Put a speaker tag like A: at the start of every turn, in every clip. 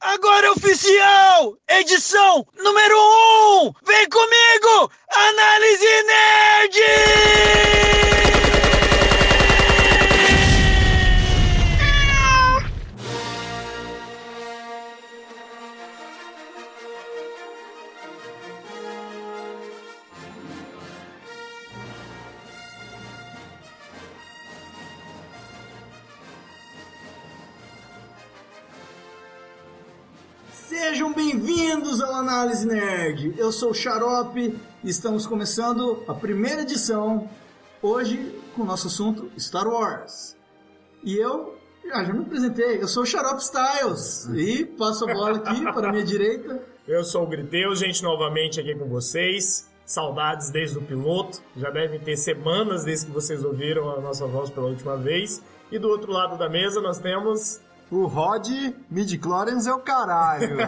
A: Agora é oficial! Edição número 1! Um. Vem comigo! Análise Nerd!
B: Sejam bem-vindos ao Análise Nerd. Eu sou o Xarope e estamos começando a primeira edição hoje com o nosso assunto Star Wars. E eu ah, já me apresentei, eu sou o Xarope Styles e passo a bola aqui para a minha direita.
C: Eu sou o Griteus, gente, novamente aqui com vocês. Saudades desde o piloto. Já devem ter semanas desde que vocês ouviram a nossa voz pela última vez. E do outro lado da mesa nós temos.
D: O Rod Midichlorians é o caralho.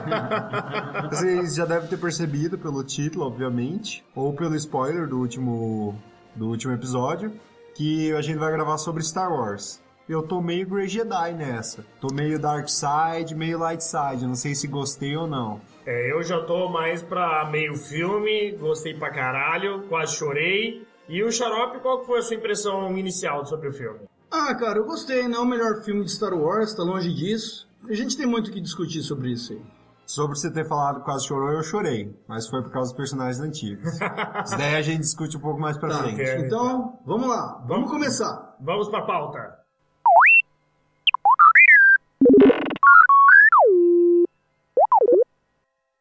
D: Vocês já devem ter percebido pelo título, obviamente, ou pelo spoiler do último, do último episódio, que a gente vai gravar sobre Star Wars. Eu tô meio Grey Jedi nessa. Tô meio Dark Side, meio Light Side. Não sei se gostei ou não.
C: É, eu já tô mais pra meio filme, gostei pra caralho, quase chorei. E o Xarope, qual que foi a sua impressão inicial sobre o filme?
B: Ah, cara, eu gostei, não é o melhor filme de Star Wars, tá longe disso. A gente tem muito o que discutir sobre isso aí.
D: Sobre você ter falado quase chorou, eu chorei. Mas foi por causa dos personagens antigos. Isso daí a gente discute um pouco mais pra
B: Tá,
D: frente.
C: ok.
B: então, vamos lá, vamos começar.
C: Vamos pra pauta.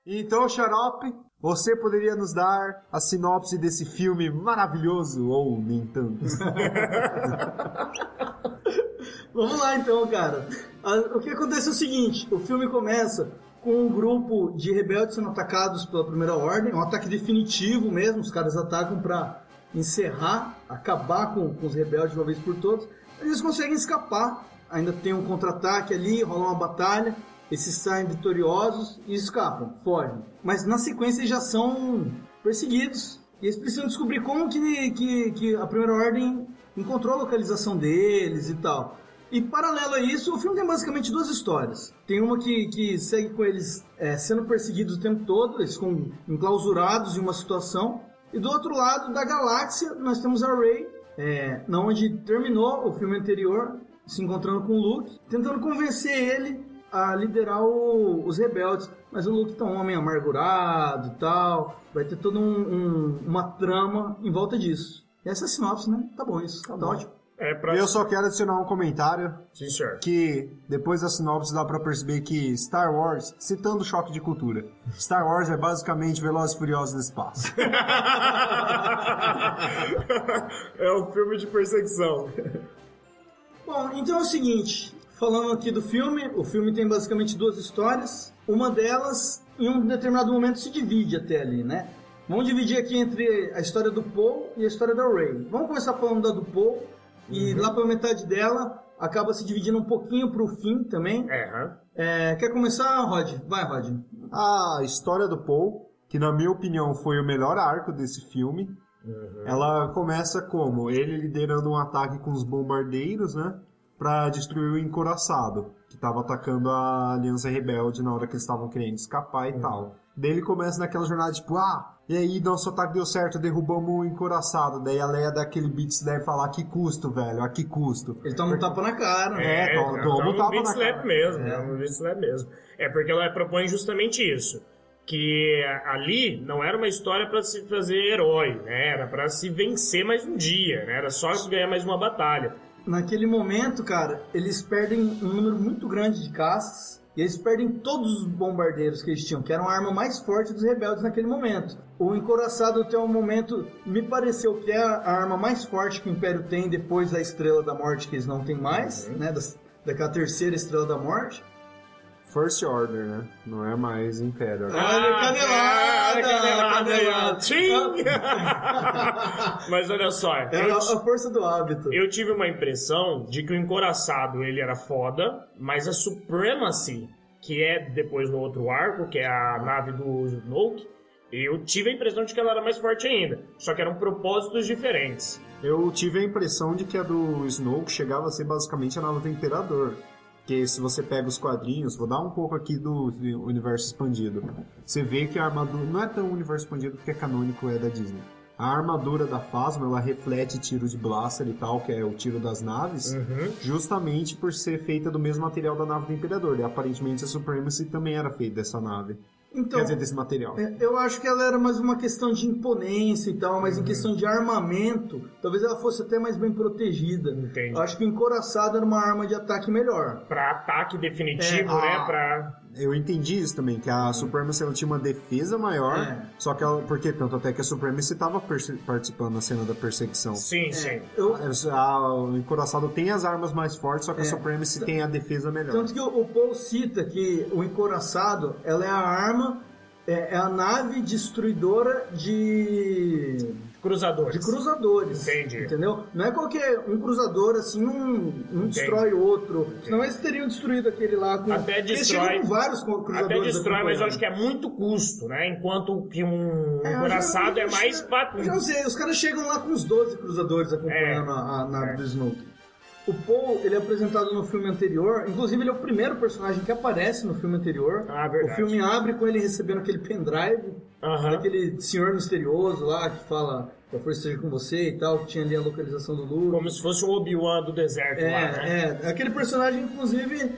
D: Então, Xarope, você poderia nos dar a sinopse desse filme maravilhoso, ou nem tanto.
B: Vamos lá então, cara. Ah, O que acontece é o seguinte: o filme começa com um grupo de rebeldes sendo atacados pela primeira ordem, um ataque definitivo mesmo. Os caras atacam pra encerrar, acabar com, com os rebeldes de uma vez por todas. Mas Eles conseguem escapar. Ainda tem um contra-ataque ali, rola uma batalha. Esses saem vitoriosos e escapam, fogem. Mas na sequência eles já são perseguidos. E eles precisam descobrir como que, que, que a primeira ordem encontrou a localização deles e tal. E paralelo a isso, o filme tem basicamente duas histórias. Tem uma que, que segue com eles é, sendo perseguidos o tempo todo, eles com enclausurados em uma situação. E do outro lado da galáxia, nós temos a Rey, é, na onde terminou o filme anterior, se encontrando com o Luke, tentando convencer ele a liderar o- os rebeldes. Mas o Luke tá um homem amargurado e tal. Vai ter toda um- um- uma trama em volta disso. Essa é a sinopse, né? Tá bom isso, tá, ótimo.
C: É pra.
D: Eu só quero adicionar um comentário
C: Sim, senhor.
D: que depois da sinopse dá pra perceber que Star Wars, citando o choque de cultura, Star Wars é basicamente Velozes e Furiosos no espaço.
C: é um filme de perseguição.
B: Bom, então é o seguinte, falando aqui do filme, o filme tem basicamente duas histórias. Uma delas, em um determinado momento, se divide até ali, né? Vamos dividir aqui entre a história do Paul e a história da Ray. Vamos começar falando da do Paul, e lá pela metade dela acaba se dividindo um pouquinho pro fim também.
C: É, hã?
B: É, quer começar, Rod? Vai, Rod.
D: A história do Paul, que na minha opinião foi o melhor arco desse filme, ela começa como ele liderando um ataque com os bombardeiros, né? Pra destruir o encoraçado, que tava atacando a Aliança Rebelde na hora que eles estavam querendo escapar e tal. Daí ele começa naquela jornada tipo, ah, e aí nosso ataque deu certo, derrubamos o encoraçado. Daí a Leia dá aquele beat deve falar, a que custo, velho, a que custo.
B: Ele toma um tapa na cara.
D: É, toma- toma um
C: um
D: tapa
C: beat
D: na
C: slap
D: cara.
C: mesmo,
B: É.
C: é um beat slap mesmo. É porque ela propõe justamente isso. Que ali não era uma história pra se fazer herói, né? Era pra se vencer mais um dia, né? Era só ganhar mais uma batalha.
B: Naquele momento, cara, eles perdem um número muito grande de caças e eles perdem todos os bombardeiros que eles tinham, que era a arma mais forte dos rebeldes naquele momento. O encoraçado até o momento me pareceu que é a arma mais forte que o Império tem depois da Estrela da Morte, que eles não têm mais, né? das- daquela terceira Estrela da Morte.
D: First Order, né? Não é mais Império.
B: Olha, canelada, canelada.
C: Tchim! Mas olha só,
B: É
C: eu
B: a, a força do hábito.
C: Eu tive uma impressão de que o encoraçado ele era foda, mas a Supremacy, que é depois no outro arco, que é a nave do Snoke, eu tive a impressão de que ela era mais forte ainda. Só que eram propósitos diferentes.
D: Eu tive a impressão de que a do Snoke chegava a ser basicamente a nave do Imperador. Porque se você pega os quadrinhos, vou dar um pouco aqui do universo expandido. Você vê que a armadura não é tão universo expandido porque é canônico é da Disney. A armadura da Phasma, ela reflete tiro de blaster e tal, que é o tiro das naves,
C: Uhum.
D: justamente por ser feita do mesmo material da nave do Imperador. E aparentemente a Supremacy também era feita dessa nave.
B: Então,
D: Quer dizer, desse material.
B: É, Eu acho que ela era mais uma questão de imponência e tal, mas em questão de armamento, talvez ela fosse até mais bem protegida.
C: Entendi.
B: Eu acho que o encoraçado era uma arma de ataque melhor.
C: Pra ataque definitivo,
D: É,
C: né?
D: a-
C: Pra.
D: Eu entendi isso também, que
C: É.
D: a Supremacy ela tinha uma defesa maior,
B: É.
D: só que ela, porque tanto até que a Supremacy estava participando na cena da perseguição.
C: Sim, sim.
B: Eu-
D: A- o encoraçado tem as armas mais fortes, só que
B: É.
D: a
C: Então,
D: Supremacy tem a defesa
C: é
D: melhor.
B: tanto que o, o Paul cita que o encoraçado ela é a arma, é, é a nave destruidora de,
C: Cruzadores.
B: de cruzadores.
C: Entendi.
B: Entendeu? Não é qualquer um cruzador assim, um, um destrói o outro. Senão eles teriam destruído aquele lá. Com,
C: Até
B: porque eles
C: destrói-
B: chegam com vários co- cruzadores.
C: Até destrói, mas
B: acompanhando.
C: eu acho que é muito custo, né? Enquanto que um
B: É, eu
C: encoraçado
B: já-
C: é mais pra.
B: Eu não sei, os caras chegam lá com os 12 cruzadores acompanhando
C: É.
B: a, a nave do Snoke. O Paul, ele é apresentado no filme anterior, inclusive ele é o primeiro personagem que aparece no filme anterior.
C: Ah, verdade.
B: O filme abre com ele recebendo aquele pendrive,
C: Aham.
B: daquele senhor misterioso lá que fala que a força esteja com você e tal, que tinha ali a localização do Luke.
C: Como se fosse o Obi-Wan do deserto
B: é,
C: lá, né?
B: é, aquele personagem, inclusive,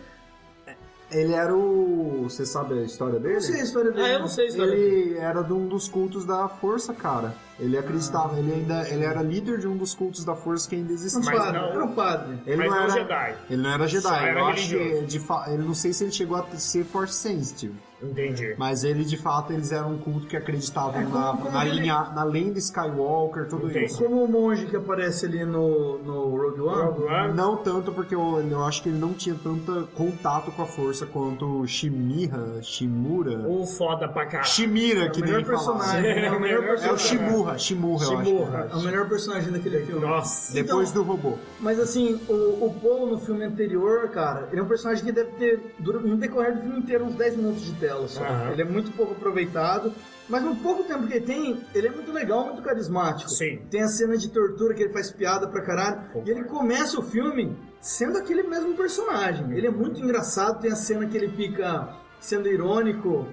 D: Ele era o. Você sabe a história dele?
B: eu não sei a história dele.
C: Ah, eu não sei a história dele.
D: Ele era de um dos cultos da força, cara. Ele acreditava, ele ainda. Ele era líder de um dos cultos da força que ainda
B: Era um
D: existia.
C: Mas
B: padre,
C: não-
B: era um padre.
D: Ele
C: Mas
D: não
C: não
D: era
C: Jedi.
D: Ele não
C: Só
D: era Jedi,
C: era
D: eu acho que
C: religioso.
D: de fa... ele não sei se ele chegou a ser force sensitive,
C: Entendi.
D: mas ele de fato eles eram um culto que acreditavam
B: É, como-
D: na,
B: como
D: na
B: ele-
D: linha, na lenda Skywalker, tudo
C: Entendi.
D: isso.
B: Como o monge que aparece ali no, no Rogue One.
C: Rogue One.
D: Não tanto porque eu, eu acho que ele não tinha tanto contato com a força quanto o Shimira, Shimura,
C: O foda pra caralho.
D: Shimira
B: É o
D: que
B: melhor
D: nem falava.
B: personagem. É o melhor
D: É o
B: personagem.
D: Shimurra, Shimurra, eu acho.
C: Shimurra.
D: que
B: É o melhor personagem daquele filme.
C: Nossa.
D: é. Depois
B: Então,
D: do robô.
B: Mas assim, o, o Paul no filme anterior, cara, ele é um personagem que deve ter, dura- no decorrer do filme inteiro, uns 10 minutos de tela só.
C: Aham.
B: Ele é muito pouco aproveitado. Mas no pouco tempo que ele tem, ele é muito legal, muito carismático.
C: Sim.
B: Tem a cena de tortura que ele faz piada pra caralho.
C: Concordo.
B: E ele começa o filme sendo aquele mesmo personagem. Ele é muito engraçado, tem a cena que ele fica sendo irônico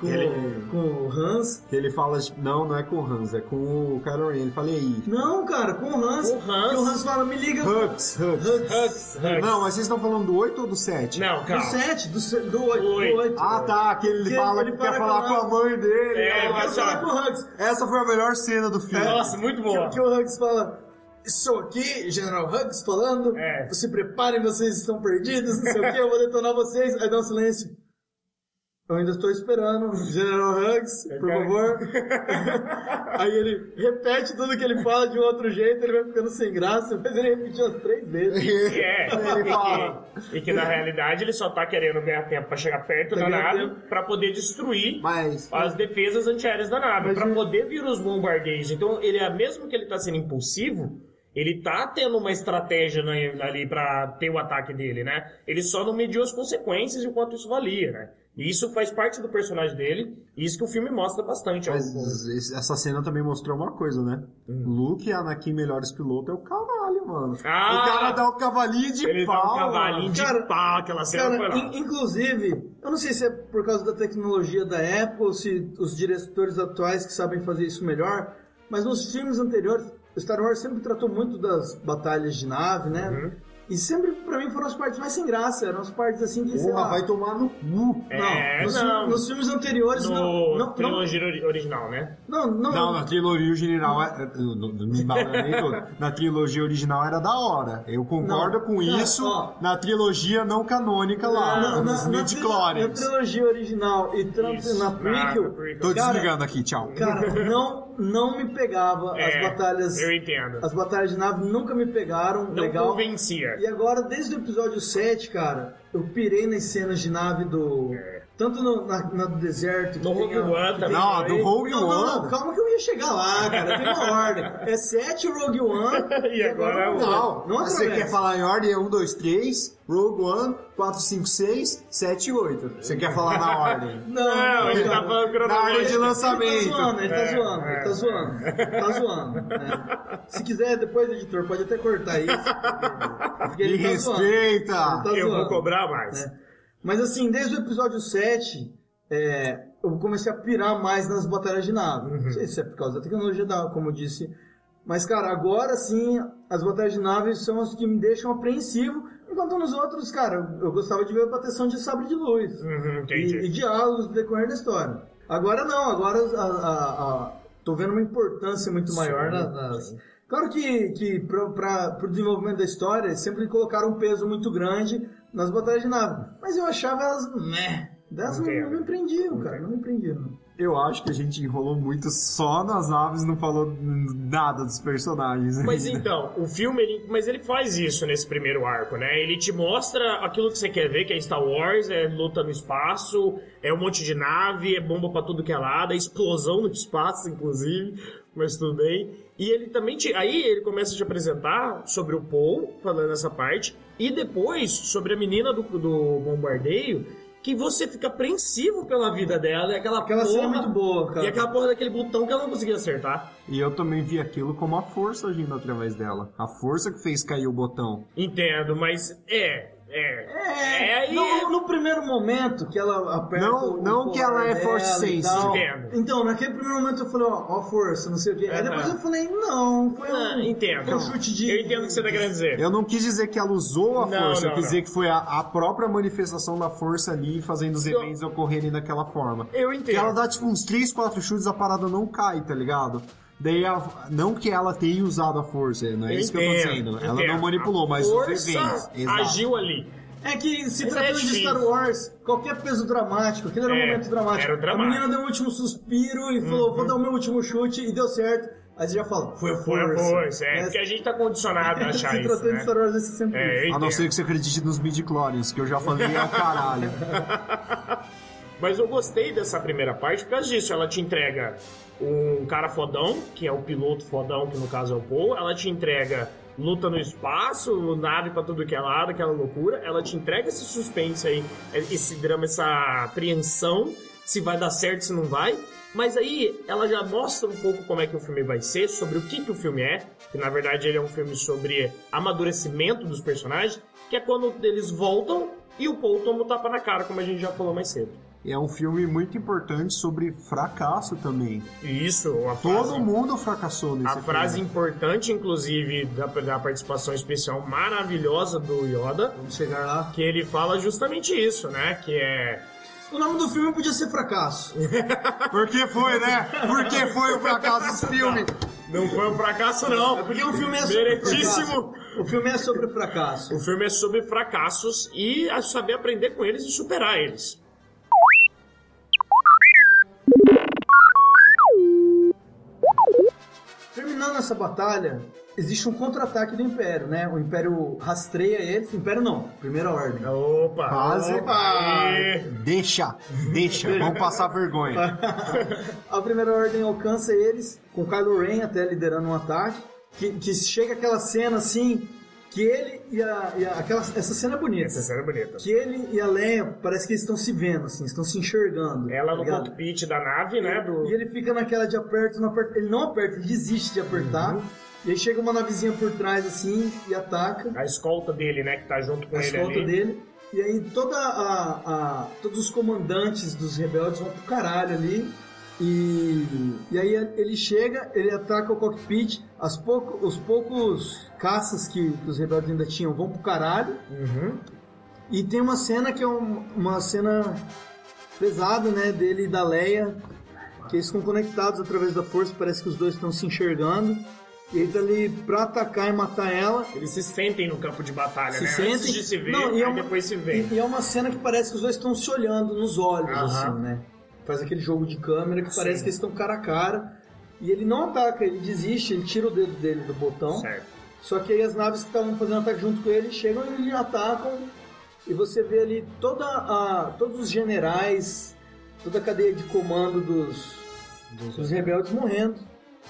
B: com,
D: Ele-
B: com o Hans.
D: Que ele fala, tipo, não, não é com o Hans, é com o Kylo Ren. Ele fala, e aí?
B: Não, cara, com o Hans.
C: O Hans.
B: E o Hans fala, me liga.
D: Hux, Hux.
C: Hux, Hux.
D: Não, mas vocês estão falando do 8 ou do 7?
C: Não,
B: Do
C: calma.
B: 7, do, se- do 8.
C: Do oito.
D: Ah, tá, que ele
B: Que
D: fala
B: ele
D: que
B: para
D: quer falar
B: com
D: com
B: a-
D: a mãe dele.
C: É,
B: Eu quero
C: mas
B: falar
C: ó,
B: com o Hugs.
D: Essa foi a melhor cena do filme.
C: Nossa, muito
B: Que,
C: boa.
B: que o Hugs fala. Estou aqui, General Hugs falando.
C: É.
B: Se preparem, vocês estão perdidos, não sei o que, eu vou detonar vocês. Aí dá um silêncio. Eu ainda estou esperando, General Hugs, por
C: quero-
B: favor. Aí ele repete tudo que ele fala de um outro jeito, ele vai ficando sem graça, mas ele repetiu as três vezes.
C: Que é.
D: Ele fala.
C: E que, e que, na realidade ele só tá querendo ganhar tempo pra chegar perto
B: Pra
C: da
B: ganhar
C: nave pra poder destruir
D: Mas.
C: as defesas antiaéreas da nave,
B: Mas
C: pra
B: eu-
C: poder vir os bombardeios. Então, ele é mesmo que ele tá sendo impulsivo, ele tá tendo uma estratégia na- ali pra ter o ataque dele, né? Ele só não mediu as consequências e o quanto isso valia, né? E isso faz parte do personagem dele, e isso que o filme mostra bastante. ó.
D: Mas esse- essa cena também mostrou uma coisa, né? Luke e Anakin, melhores pilotos, é o caralho, mano.
C: Ah!
D: o cara dá o cavalinho de
C: ele
D: pau.
C: dá um cavalinho
D: mano.
C: de
B: Cara,
C: pau, aquela cena foi
B: Cara,
C: lá.
B: in- inclusive, eu não sei se é por causa da tecnologia da época ou se os diretores atuais que sabem fazer isso melhor, mas nos filmes anteriores, o Star Wars sempre tratou muito das batalhas de nave, né? E sempre, pra mim, foram as partes mais sem graça, eram as partes assim que, sei
D: Porra,
B: lá...
D: vai tomar no cu.
B: Não,
C: É,
B: nos,
C: não.
B: nos filmes anteriores,
C: No
B: não, não, não,
C: trilogia ori- original, né?
B: não, não,
D: Não, na trilogia original é- é- no- no- me embananei todo. Na trilogia original era da hora. Eu concordo
B: Não,
D: com
B: não,
D: isso.
B: ó.
D: na trilogia não canônica lá,
B: Na- na-
D: nos
B: na
D: mid
B: tri- na trilogia original e tanto
C: Isso.
B: na
C: Na
B: prequel,
C: prequel.
D: Tô
B: cara,
D: desligando aqui, tchau.
B: cara, não, não me pegava
C: É,
B: as batalhas
C: Eu entendo.
B: As batalhas de nave nunca me pegaram,
C: Não
B: legal.
C: convencia.
B: E agora, desde o episódio 7, cara, eu pirei nas cenas de nave do. Tanto no- na, na do deserto. que
C: No
B: tem
C: Rogue
B: a-
C: One
B: que
C: também.
B: tem-
D: Não, a do Rogue
B: Não, não, não,
D: One.
B: calma que eu ia chegar lá, cara. Tem uma ordem. É 7 o Rogue One.
C: E agora é o-
D: Não,
B: Não
D: você
B: atravessa.
D: quer falar em ordem é 1, 2, 3, Rogue One, 4, 5, 6, 7 e 8. Você quer falar na ordem?
B: Não,
C: Não, ele tá falando
D: na ordem de
C: cronológico.
B: Ele tá zoando,
D: lançamento.
B: ele tá
C: É,
B: zoando,
C: é.
B: ele tá zoando, ele tá zoando. né? Se quiser, depois, editor, pode até cortar isso. Porque
D: Me
B: ele tá zoando.
D: Eita!
B: Tá
C: eu
B: zoando.
C: vou cobrar mais.
B: É. Mas assim, desde o episódio 7, é, eu comecei a pirar mais nas batalhas de nave. Não sei se é por causa da tecnologia, da, como eu disse. Mas, cara, agora sim, as batalhas de nave são as que me deixam apreensivo. Enquanto nos outros, cara, eu- eu gostava de ver a bateção de sabre de luz.
C: Uhum, entendi.
B: E, e diálogos do decorrer da história. Agora não, agora a, a- a- tô vendo uma importância muito maior
C: Sim,
B: na- nas. Claro que, que para o desenvolvimento da história sempre colocaram um peso muito grande nas batalhas de nave. Mas eu achava elas. Meh, elas não,
C: Entendo.
B: não me prendiam, cara. Não me prendiam.
D: Eu acho que a gente enrolou muito só nas naves, não falou n- nada dos personagens.
C: Mas
B: é.
D: ainda.
C: então, o filme, ele, mas ele faz isso nesse primeiro arco, né? Ele te mostra aquilo que você quer ver, que é Star Wars, é luta no espaço, é um monte de nave, é bomba pra tudo que é lado, é explosão no espaço, inclusive, mas tudo bem. E ele também te, aí ele começa a te apresentar sobre o Paul, falando essa parte, e depois sobre a menina do, do bombardeio, que você fica apreensivo pela vida dela, é aquela,
B: Aquela
C: porra,
B: cena é muito boa, cara.
C: e aquela porra daquele botão que ela não conseguia acertar.
D: E eu também vi aquilo como a força agindo através dela. A força que fez cair o botão.
C: Entendo, mas é, é. É,
B: É,
C: aí
B: no,
C: é-
B: no primeiro momento que ela aperta.
D: Não-
B: o
D: não que
B: colar
D: ela é
B: dela
D: force
B: e
D: sensitive.
B: tal.
C: Entendo.
B: Então, naquele primeiro momento eu falei, ó, ó, força, não sei o quê. Aí
C: Aham.
B: depois eu falei, não,
D: É
B: foi
C: Ah,
B: um,
C: entendo.
B: foi um chute de.
C: Eu entendo o que você tá querendo dizer.
D: Eu não quis dizer que ela usou a
C: Não,
D: força, eu
C: não, não.
D: quis dizer que foi a, a própria manifestação da força ali fazendo os
B: Então-
C: Eu-
D: eventos ocorrerem daquela forma.
C: Eu
D: Porque ela
C: entendo.
D: dá tipo uns 3, 4 chutes, a parada não cai, tá ligado? Daí, a- não que ela tenha usado a força, não é isso que eu tô
C: Entendo,
D: dizendo. Ela
C: entendo.
D: não manipulou, mas os
C: Força
D: eventos. exato.
C: agiu ali.
B: É que se
C: Mas é
B: tratando de
C: difícil.
B: Star Wars, qualquer peso dramático, aquele era um
C: É,
B: momento dramático.
C: era dramático. Uhum.
B: A menina deu o último suspiro e falou, vou dar o meu último chute, e deu certo. Aí você já fala, foi a
C: Foi
B: força.
C: a força, é.
B: Mas
C: Porque a gente tá condicionado a achar
B: se
C: isso,
B: tratando de
C: né?
B: Star Wars, esse sempre
C: É,
B: isso.
C: eu
D: A não
C: entendo.
D: ser que você acredite nos midi-clones, que eu já falei a caralho.
C: Mas eu gostei dessa primeira parte por causa disso. Ela te entrega um cara fodão, que é o piloto fodão, que no caso é o Paul. Ela te entrega luta no espaço, nave pra tudo que é lado, aquela loucura. Ela te entrega esse suspense aí, esse drama, essa apreensão, se vai dar certo, se não vai. Mas aí ela já mostra um pouco como é que o filme vai ser, sobre o que, que o filme é, que na verdade ele é um filme sobre amadurecimento dos personagens, que é quando eles voltam e o Paul toma o tapa na cara, como a gente já falou mais cedo.
D: E é um filme muito importante sobre fracasso também.
C: Isso, a
D: Todo
C: frase,
D: mundo fracassou nesse
C: a
D: filme.
C: frase importante, inclusive, da, da participação especial maravilhosa do Yoda,
B: Vamos chegar lá.
C: que ele fala justamente isso, né? Que é.
B: O nome do filme podia ser Fracasso.
D: Por que foi, né? Por que foi o fracasso desse filme?
C: Não foi um fracasso, não.
B: É porque o filme é sobre
C: Meretíssimo.
B: O filme é sobre o fracasso.
C: O filme é sobre fracassos e a saber aprender com eles e superar eles.
B: Terminando essa batalha, existe um contra-ataque do Império, né? O Império rastreia eles. Império não, Primeira Ordem.
C: Opa!
D: Quase.
C: Opa! E-
D: Deixa, deixa, vamos passar vergonha.
B: A primeira ordem alcança eles, com Kylo Ren até liderando um ataque, que, que chega aquela cena assim, que ele e a... e a- aquela, essa cena é bonita.
C: Essa cena é bonita.
B: Que ele e a Leia, parece que eles estão se vendo, assim, estão se enxergando.
C: Ela
B: tá
C: no
B: ligado?
C: cockpit da nave, né? Do...
B: E ele fica naquela de aperto, não aperta. Ele não aperta, ele desiste de apertar.
C: Uhum.
B: E aí chega uma navezinha por trás, assim, e ataca.
C: A escolta dele, né? Que tá junto com
B: a
C: ele
B: escolta
C: ali.
B: dele. E aí toda a, a- todos os comandantes dos rebeldes vão pro caralho ali. E, e aí ele chega, ele ataca o cockpit, as pouco, os poucos caças que, que os rebeldes ainda tinham vão pro caralho.
C: Uhum.
B: E tem uma cena que é um- uma cena pesada, né, dele e da Leia, que eles ficam conectados através da força, parece que os dois estão se enxergando. E ele tá ali pra atacar e matar ela,
C: Eles se sentem no campo de batalha,
B: Se
C: né?
B: sentem.
C: Antes de se ver,
B: Não, e é
C: aí
B: uma-
C: depois se vê.
B: E, e é uma cena que parece que os dois estão se olhando nos olhos,
C: Aham.
B: assim, né? Faz aquele jogo de câmera que
C: Sim.
B: parece que eles estão cara a cara. E ele não ataca, ele desiste, ele tira o dedo dele do botão.
C: Certo.
B: Só que aí as naves que estavam fazendo ataque junto com ele chegam e lhe atacam. E você vê ali toda a, todos os generais, toda a cadeia de comando dos, dos rebeldes morrendo.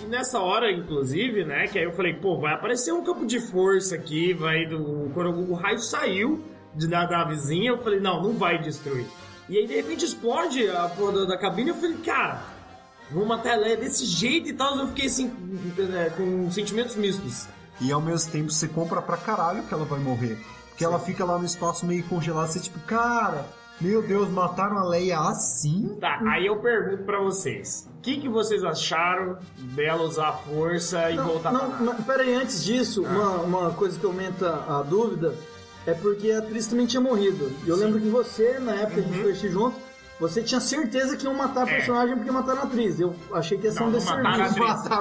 C: E nessa hora, inclusive, né, que aí eu falei, pô, vai aparecer um campo de força aqui, vai do... Quando o raio saiu de, da, da vizinha, eu falei, não, não vai destruir. E aí, de repente, explode a porra da, da cabine, eu falei, cara, vamos matar ela desse jeito e tal, eu fiquei assim, né, com sentimentos mistos.
D: E ao mesmo tempo você compra pra caralho que ela vai morrer. Porque Que ela fica lá no espaço meio congelada, você tipo, cara, meu Deus, mataram a Leia assim?
C: Tá, aí eu pergunto pra vocês. O que, que vocês acharam dela usar a força e voltar pra Ah.
B: Não,
C: nave?
B: não, peraí, antes disso, uma, uma coisa que aumenta a dúvida é porque a atriz também tinha morrido. E eu lembro que você, na época
C: Uhum.
B: que a gente foi assistir junto, você tinha certeza que iam matar a personagem porque mataram a atriz. Eu achei que ia ser
C: É.
B: um
C: Não, não mataram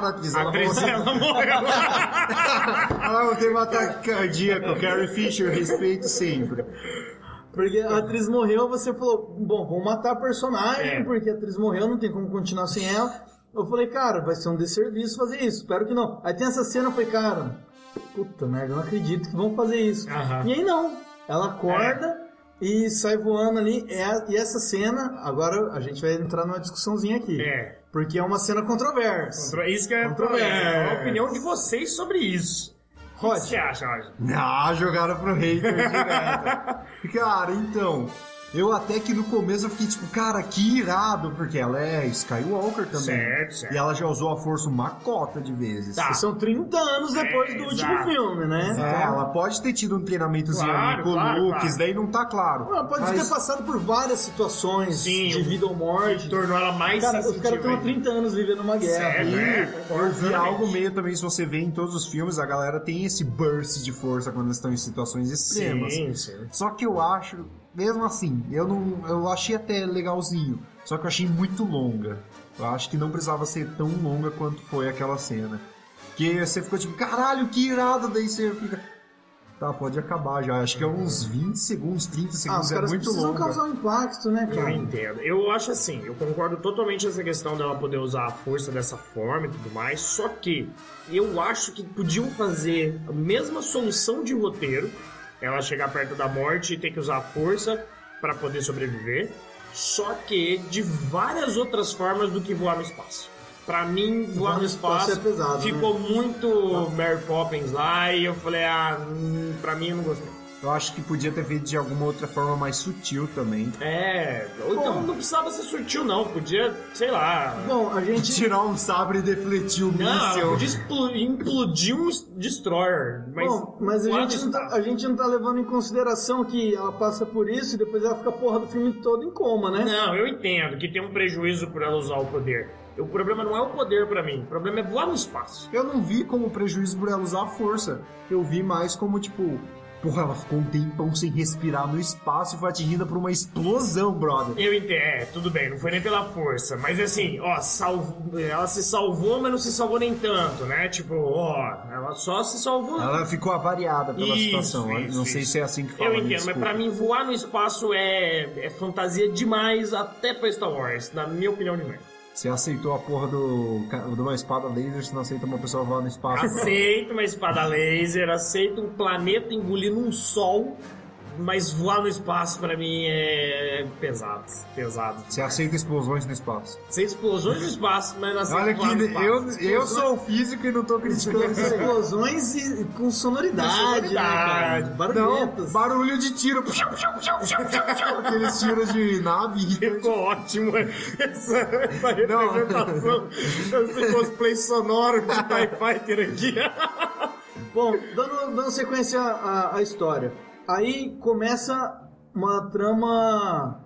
C: a
B: desserviço.
C: atriz.
D: Mataram a atriz.
C: A
D: Ela falou
C: atriz,
D: assim,
C: ela morreu.
D: ah, eu tenho um ataque cardíaco, Carrie Fisher, respeito sempre.
B: Porque a atriz morreu, você falou, bom, vamos matar a personagem,
C: É.
B: porque a atriz morreu, não tem como continuar sem ela. Eu falei, cara, vai ser um desserviço fazer isso, espero que não. Aí tem essa cena, eu falei, cara, puta merda, eu não acredito que vão fazer isso.
C: Aham.
B: E aí não, ela acorda e sai voando ali, É a- e essa cena, agora a gente vai entrar numa discussãozinha aqui.
C: É.
B: Porque é uma cena controversa.
C: Isso que é o problema. É a opinião de vocês sobre isso. O que
B: Rod,
C: você acha, Roger?
D: Ah, jogaram pro hater direto. Cara, então. Eu até que no começo eu fiquei tipo, cara, que irado, porque ela é Skywalker também.
C: Certo, certo.
D: E ela já usou a força uma cota de vezes.
C: Tá.
B: são 30 anos depois
C: É,
B: do
C: exato.
B: último filme, né?
D: É, ela pode ter tido um treinamentozinho
C: Claro,
D: ali com
C: claro,
D: o Luke,
C: claro.
D: isso daí não tá claro.
B: Então, Ela pode
D: Mas-
B: ter passado por várias situações
C: Sim,
B: de
C: o-
B: vida ou morte.
C: Tornou ela mais
B: Cara, os
C: sensitiva
B: caras estão há
C: ainda.
B: 30 anos vivendo uma guerra.
C: Certo, é,
D: Eu
C: concordo
D: vi
C: plenamente.
D: algo meio também, se você vê em todos os filmes, a galera tem esse burst de força quando eles estão em situações extremas.
C: Sim, sim.
D: Só que eu acho, mesmo assim, eu não, eu achei até legalzinho, só que eu achei muito longa. Eu acho que não precisava ser tão longa quanto foi aquela cena. Que você ficou tipo, caralho, que irado, daí você fica Tá, pode acabar já. Acho que é uns 20 segundos, 30
B: Ah, os
D: segundos, é
B: caras
D: muito
B: precisam
D: longa.
B: causar um impacto, né,
C: Eu
B: cara?
C: entendo. Eu acho assim, eu concordo totalmente essa questão dela poder usar a força dessa forma e tudo mais, só que eu acho que podiam fazer a mesma solução de roteiro, ela chegar perto da morte e ter que usar a força pra poder sobreviver, só que de várias outras formas do que voar no espaço. Pra mim, voar no espaço,
B: é pesado, né?
C: ficou muito Mary Poppins lá e eu falei, ah, hum, pra mim eu não gostei.
D: Eu acho que podia ter feito de alguma outra forma mais sutil também.
C: É, ou então não precisava ser sutil, não. Podia, sei lá.
B: Bom, a gente.
D: Tirar um sabre e defletir o
C: Não,
D: míssil.
C: podia explo- implodir um s- destroyer. Mas,
B: Bom, mas a
C: quando
B: gente, não tá,
C: está-
B: a gente não tá levando em consideração que ela passa por isso e depois ela fica a porra do filme todo em coma, né?
C: Não, eu entendo que tem um prejuízo por ela usar o poder. O problema não é o poder pra mim, o problema é voar no espaço.
D: Eu não vi como prejuízo por ela usar a força. Eu vi mais como, tipo, porra, ela ficou um tempão sem respirar no espaço e foi atingida por uma explosão, brother.
C: Eu entendo, é, tudo bem, não foi nem pela força, mas assim, ó, salvo, ela se salvou, mas não se salvou nem tanto, né? Tipo, ó, ela só se salvou.
D: Ela ficou avariada pela
C: Isso,
D: situação. Eu
C: isso,
D: não sei
C: isso.
D: se é assim que fala.
C: Eu
D: me
C: entendo, mas
D: desculpa.
C: pra mim voar no espaço é, é fantasia demais, até pra Star Wars, na minha opinião de merda.
D: Você aceitou a porra do, ca- de uma espada laser, você não aceita uma pessoa voar no espaço.
C: Aceito uma espada laser, aceito um planeta engolindo um sol, mas voar no espaço pra mim é pesado, pesado.
D: Você aceita explosões no espaço.
C: Sem explosões no espaço, mas não aceito
D: Olha que
C: voar no espaço.
D: eu, eu sou físico e não tô criticando isso.
B: Explosões e, e com sonoridade,
C: Com
B: né,
C: sonoridade.
B: cara?
D: Não,
B: Barulhentas.
D: barulho de tiro. Aqueles tiros de nave.
C: Ficou ótimo essa, essa
D: Não.
C: representação, esse cosplay sonoro de TIE Fighter aqui.
B: Bom, dando, dando sequência à, à história. Aí começa uma trama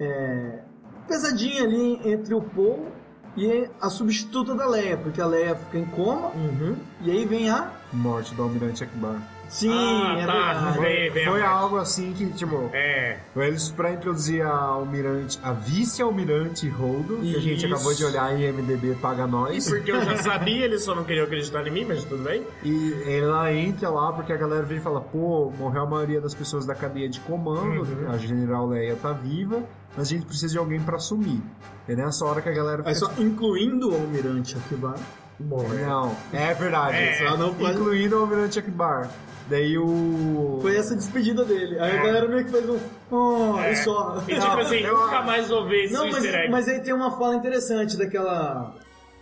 B: é, pesadinha ali entre o Paul e a substituta da Leia, porque a Leia fica em coma
D: Uhum.
B: e aí vem a.
D: Morte do Almirante Akbar.
B: Sim,
C: Ah,
B: é
C: tá.
B: verdade.
C: Vem.
D: Foi,
C: bem
D: foi
C: abaixo.
D: algo assim que, tipo,
C: É,
D: eles pra introduzir a almirante, a vice-almirante Holdo, que a gente
C: Isso.
D: acabou de olhar em MDB paga nós,
C: porque eu já sabia, eles só não queriam acreditar em mim, mas tudo bem.
D: e ela entra lá porque a galera vem e fala, pô, morreu a maioria das pessoas da cadeia de comando,
C: Uhum.
D: a general Leia tá viva, mas a gente precisa de alguém pra assumir. É nessa hora que a galera
B: Aí só incluindo o Almirante Akibar.
D: Não, é verdade.
C: É.
D: só não pode- Incluindo o Almirante Akbar. Daí o.
B: Foi essa despedida dele. Aí
C: É.
B: a galera meio que fez um. Oh,
C: É.
B: e só.
C: E tipo assim,
D: eu-
C: nunca mais vou ver esse
B: Não, mas,
C: easter egg.
B: mas aí tem uma fala interessante daquela.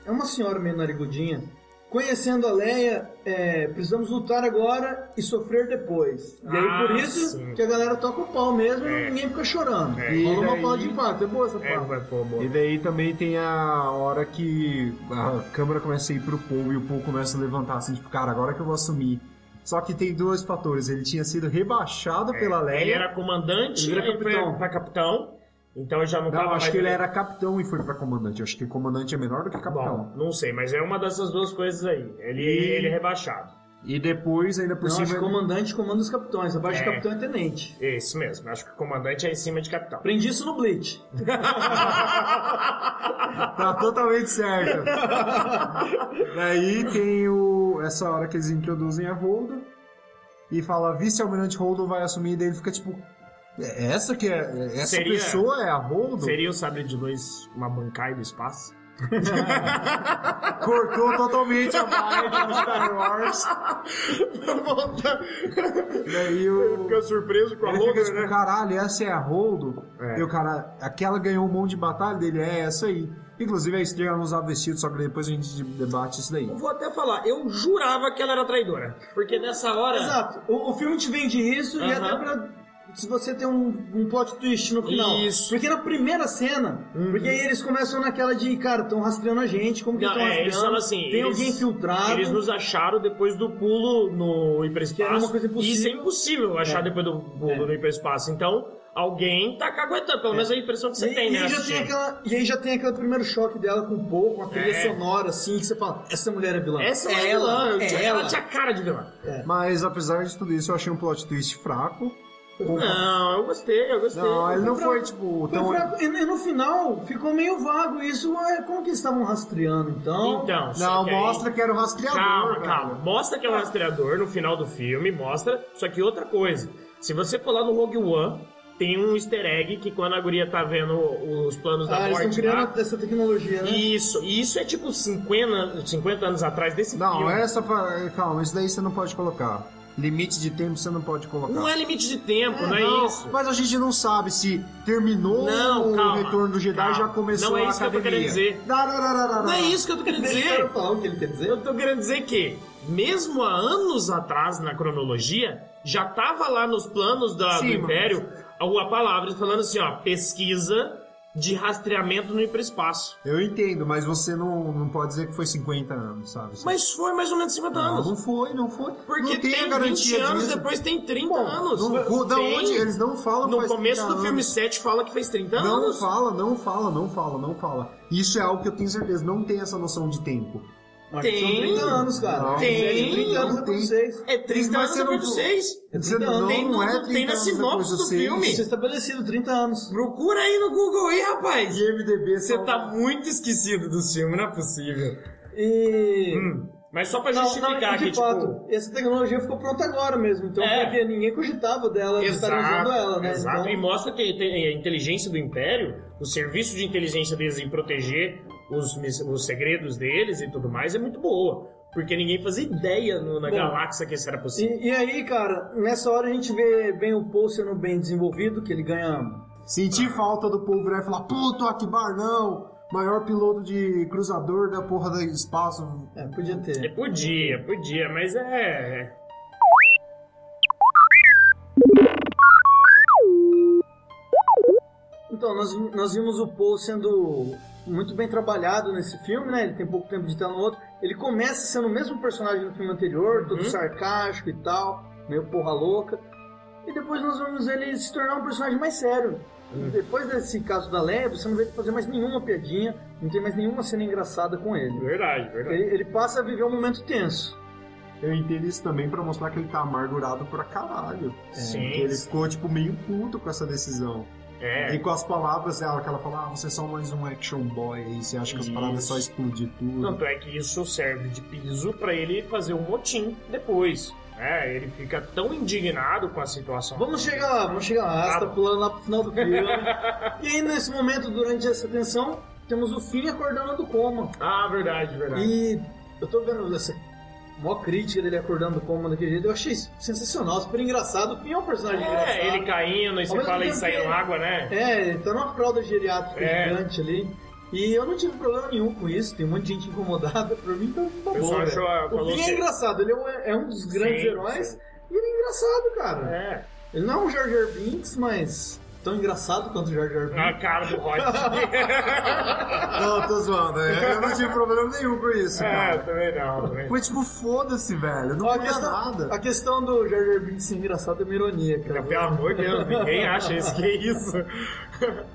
B: É uma senhora meio narigudinha. Conhecendo a Leia, é, precisamos lutar agora e sofrer depois. E aí
C: Ah,
B: por isso
C: sim.
B: que a galera toca o pau mesmo
C: É.
B: e ninguém fica chorando.
C: É.
B: Rola
D: E
B: uma
D: daí-
B: fala de impacto. É boa essa
C: É,
B: fala.
C: vai pôr boa.
D: E daí também tem a hora que a câmera começa a ir pro Paul e o Paul começa a levantar assim, tipo, cara, agora que eu vou assumir. Só que tem dois fatores. Ele tinha sido rebaixado pela Leia.
C: É, Ele era comandante,
B: Ele era
C: aí foi
B: capitão.
C: pra capitão, então ele já não,
D: Não,
C: tava
D: acho
C: mais
D: que ele
C: ali.
D: era capitão e foi pra comandante. Eu acho que comandante é melhor do que capitão.
C: Bom, não sei, mas é uma dessas duas coisas aí. Ele,
D: E-
C: ele é rebaixado.
D: E depois, ainda por
B: Não, acho
D: cima.
B: que comandante comanda os capitões. Abaixo
C: É.
B: de capitão é tenente.
C: Isso mesmo, acho que o comandante é em cima de capitão.
B: Aprendi isso no Bleach.
D: Tá totalmente certo. Daí tem o. Essa hora que eles introduzem a Holdo e fala vice-almirante Holdo vai assumir, daí ele fica tipo. "É Essa que é. é- Essa
C: Seria-
D: pessoa é a Holdo?
C: Seria o sabre de luz uma bancai do espaço?
D: Cortou totalmente a vibe do Star Wars. Daí o.
C: surpreso com né?
D: Ele fica tipo, caralho, essa é a Holdo?
C: É.
D: E o cara, aquela ganhou um monte de batalha dele, é essa aí. Inclusive a estrela não usava vestido, só que depois a gente debate isso daí.
C: Eu vou até falar, eu jurava que ela era traidora. Porque nessa hora.
B: Exato. O, o filme te vende isso e
C: Aham.
B: até pra. Se você tem um, um plot twist no final.
C: Isso. Uhum.
B: Porque na primeira cena, porque aí eles começam naquela de, cara, estão rastreando a gente, como que
C: Não,
B: estão
C: é, eles
B: rastreando?
C: falam assim.
B: tem
C: eles-
B: alguém filtrado.
C: Eles nos acharam depois do pulo
B: Que
C: no
B: era
C: hiperespaço.
B: uma coisa impossível. É.
C: Isso é impossível achar depois do pulo no hiperespaço. Então, alguém tá caguetando. Pelo menos a impressão que você
B: e,
C: tem,
B: e
C: né?
B: aí já tem
C: assistindo.
B: aquela, e aí já tem aquele primeiro choque dela com o Paul, com a trilha
C: É.
B: sonora, assim, que você fala, essa mulher é vilã.
C: Essa é,
B: é
C: ela,
B: ela,
C: eu tinha-
B: é
C: ela
B: ela.
C: tinha cara de vilã.
D: Mas apesar de tudo isso, eu achei um plot twist fraco.
C: Não, eu gostei, eu gostei.
D: Não, ele não foi,
B: Foi
D: tipo,
C: Então,
D: tão.
B: fraco. E, e no final ficou meio vago isso, ué, como que eles estavam rastreando, então?
C: Então, só
D: Não,
C: que aí-
D: mostra que era o
B: é
D: rastreador.
C: Calma,
D: velho.
C: calma. Mostra que é um rastreador no final do filme, mostra. Só que outra coisa. Se você for lá no Rogue One, tem um easter egg que quando a guria tá vendo os planos da
B: ah, eles
C: morte.
B: estão
C: lá,
B: criando essa tecnologia, né?
C: Isso, e isso é tipo 50, 50 anos atrás desse
D: Não, é
C: filme.
D: essa. pa- Calma, isso daí você não pode colocar. Limite de tempo você não pode colocar.
C: Não é limite de tempo, não é isso.
D: Mas a gente não sabe se terminou
C: Não,
D: o
C: calma,
D: retorno do Jedi
C: calma.
D: já começou
C: Não é
D: a
C: isso que eu tô
D: academia.
C: querendo dizer.
D: Não, não, não, não, não,
C: Não é isso que eu tô querendo
B: Deixa
C: dizer.
B: eu falar o que ele quer dizer.
C: Eu tô querendo dizer que, mesmo há anos atrás na cronologia, já tava lá nos planos da- do
D: Sim, mas-
C: Império a palavra falando assim, ó, pesquisa de rastreamento no hiperespaço.
D: Eu entendo, mas você não, não pode dizer que foi 50 anos, sabe?
C: Mas foi mais ou menos 50
D: não, não
C: anos.
D: foi, não foi.
C: Porque
D: não
C: tem,
D: tem, a garantia
C: 20 anos,
D: disso.
C: depois tem 30 anos.
D: Não, da
C: Tem.
D: onde? Eles não falam
C: No
D: faz 30
C: começo do
D: anos.
C: filme 7 fala que fez 30
D: Não
C: anos.
D: fala, não fala, não fala, não fala. Isso é algo que eu tenho certeza, não tem essa noção de tempo.
B: Mas
C: Tem.
B: São 30 anos, cara.
D: Não,
B: Tem.
C: tem.
B: 30 anos é pra
D: Tem.
B: vocês.
C: É 30
D: Mas
C: anos
D: você
C: depois
D: não-
C: do 6.
D: Você
B: Então,
D: não,
C: tem no-
D: é
C: tem
D: 30
C: na
D: anos
C: sinopse
D: depois
C: do
D: do seis.
C: filme.
B: Isso é estabelecido, 30 anos.
C: Procura aí no Google aí, rapaz.
D: IMDB
C: Você
D: só-
C: tá muito esquecido do filme, não é possível.
B: E...
C: Mas só pra
B: Não, não,
C: Hum. justificar
B: de
C: que,
B: fato,
C: tipo...
B: essa tecnologia ficou pronta agora mesmo. Então,
C: É.
B: porque ninguém cogitava dela estar usando tá ela, né?
C: exato.
B: Então,
C: E mostra que tem- a inteligência do Império, o serviço de inteligência deles em proteger os, mis- os segredos deles e tudo mais é muito boa. Porque ninguém fazia ideia no- na
B: Bom,
C: galáxia que isso era possível.
B: E, e aí, cara, nessa hora a gente vê bem o Paul sendo bem desenvolvido, que ele ganha.
D: Senti falta do povo virar e falar, puto, Akbar não, maior piloto de cruzador da porra do espaço.
B: É, podia
C: É,
B: ter.
C: podia, podia, mas é...
B: Então, nós, nós vimos o Paul sendo muito bem trabalhado nesse filme, né? Ele tem pouco tempo de tela no outro. Ele começa sendo o mesmo personagem do filme anterior, todo
C: Uhum.
B: sarcástico e tal, meio porra louca. E depois nós vemos ele se tornar um personagem mais sério. E Depois desse caso da Leia, você não vê ele fazer mais nenhuma piadinha, não tem mais nenhuma cena engraçada com ele.
C: Verdade, verdade.
B: Ele, ele passa a viver um momento tenso.
D: Eu entendo isso também pra mostrar que ele tá amargurado pra caralho.
C: Sim.
D: Que ele ficou, tipo, meio puto com essa decisão.
C: É,
D: E com as palavras dela, que ela fala, ah, você é só mais um action boy aí, você acha que as
C: Isso.
D: palavras só explodem tudo.
C: Tanto é que isso serve de piso pra ele fazer um motim depois. né? ele fica tão indignado com a situação.
B: Vamos chegar lá, vamos chegar lá. Você tá pulando lá pro final do filme. e aí, nesse momento, durante essa tensão, temos o Finn acordando do coma.
C: Ah, verdade, verdade.
B: E eu tô vendo essa mó crítica dele acordando do coma daquele jeito. Eu achei sensacional, super engraçado. O Finn é um personagem engraçado.
C: É, ele caindo e
B: Ao
C: você
B: mesmo
C: fala e
B: tempo
C: saindo
B: que-
C: água, né?
B: É, ele tá numa fralda geriátrica
C: É.
B: gigante ali. E eu não tive problema nenhum com isso, tem um monte de gente incomodada, pra mim tá tá
C: O
B: bom.
C: pessoal
B: velho.
C: achou-
B: O
C: falou
B: Finn
C: que-
B: é engraçado, ele é um, é um dos grandes
C: Sim,
B: heróis
C: sim.
B: e ele é engraçado, cara.
C: É.
B: Ele não é um Jar Jar
C: Ah,
B: Binks, mas tão engraçado quanto o Jar Jar Binks.
C: A cara do Rod.
D: Não, tô zoando. Eu não tive problema nenhum com isso,
C: É,
D: cara.
C: também não, também.
D: Foi tipo, foda-se, velho. Não
B: Ó, a,
D: muda
B: questão,
D: nada.
B: é a questão do Jar Jar Binks ser engraçado é uma ironia, cara.
C: Pelo amor de Deus, ninguém acha isso, que é isso.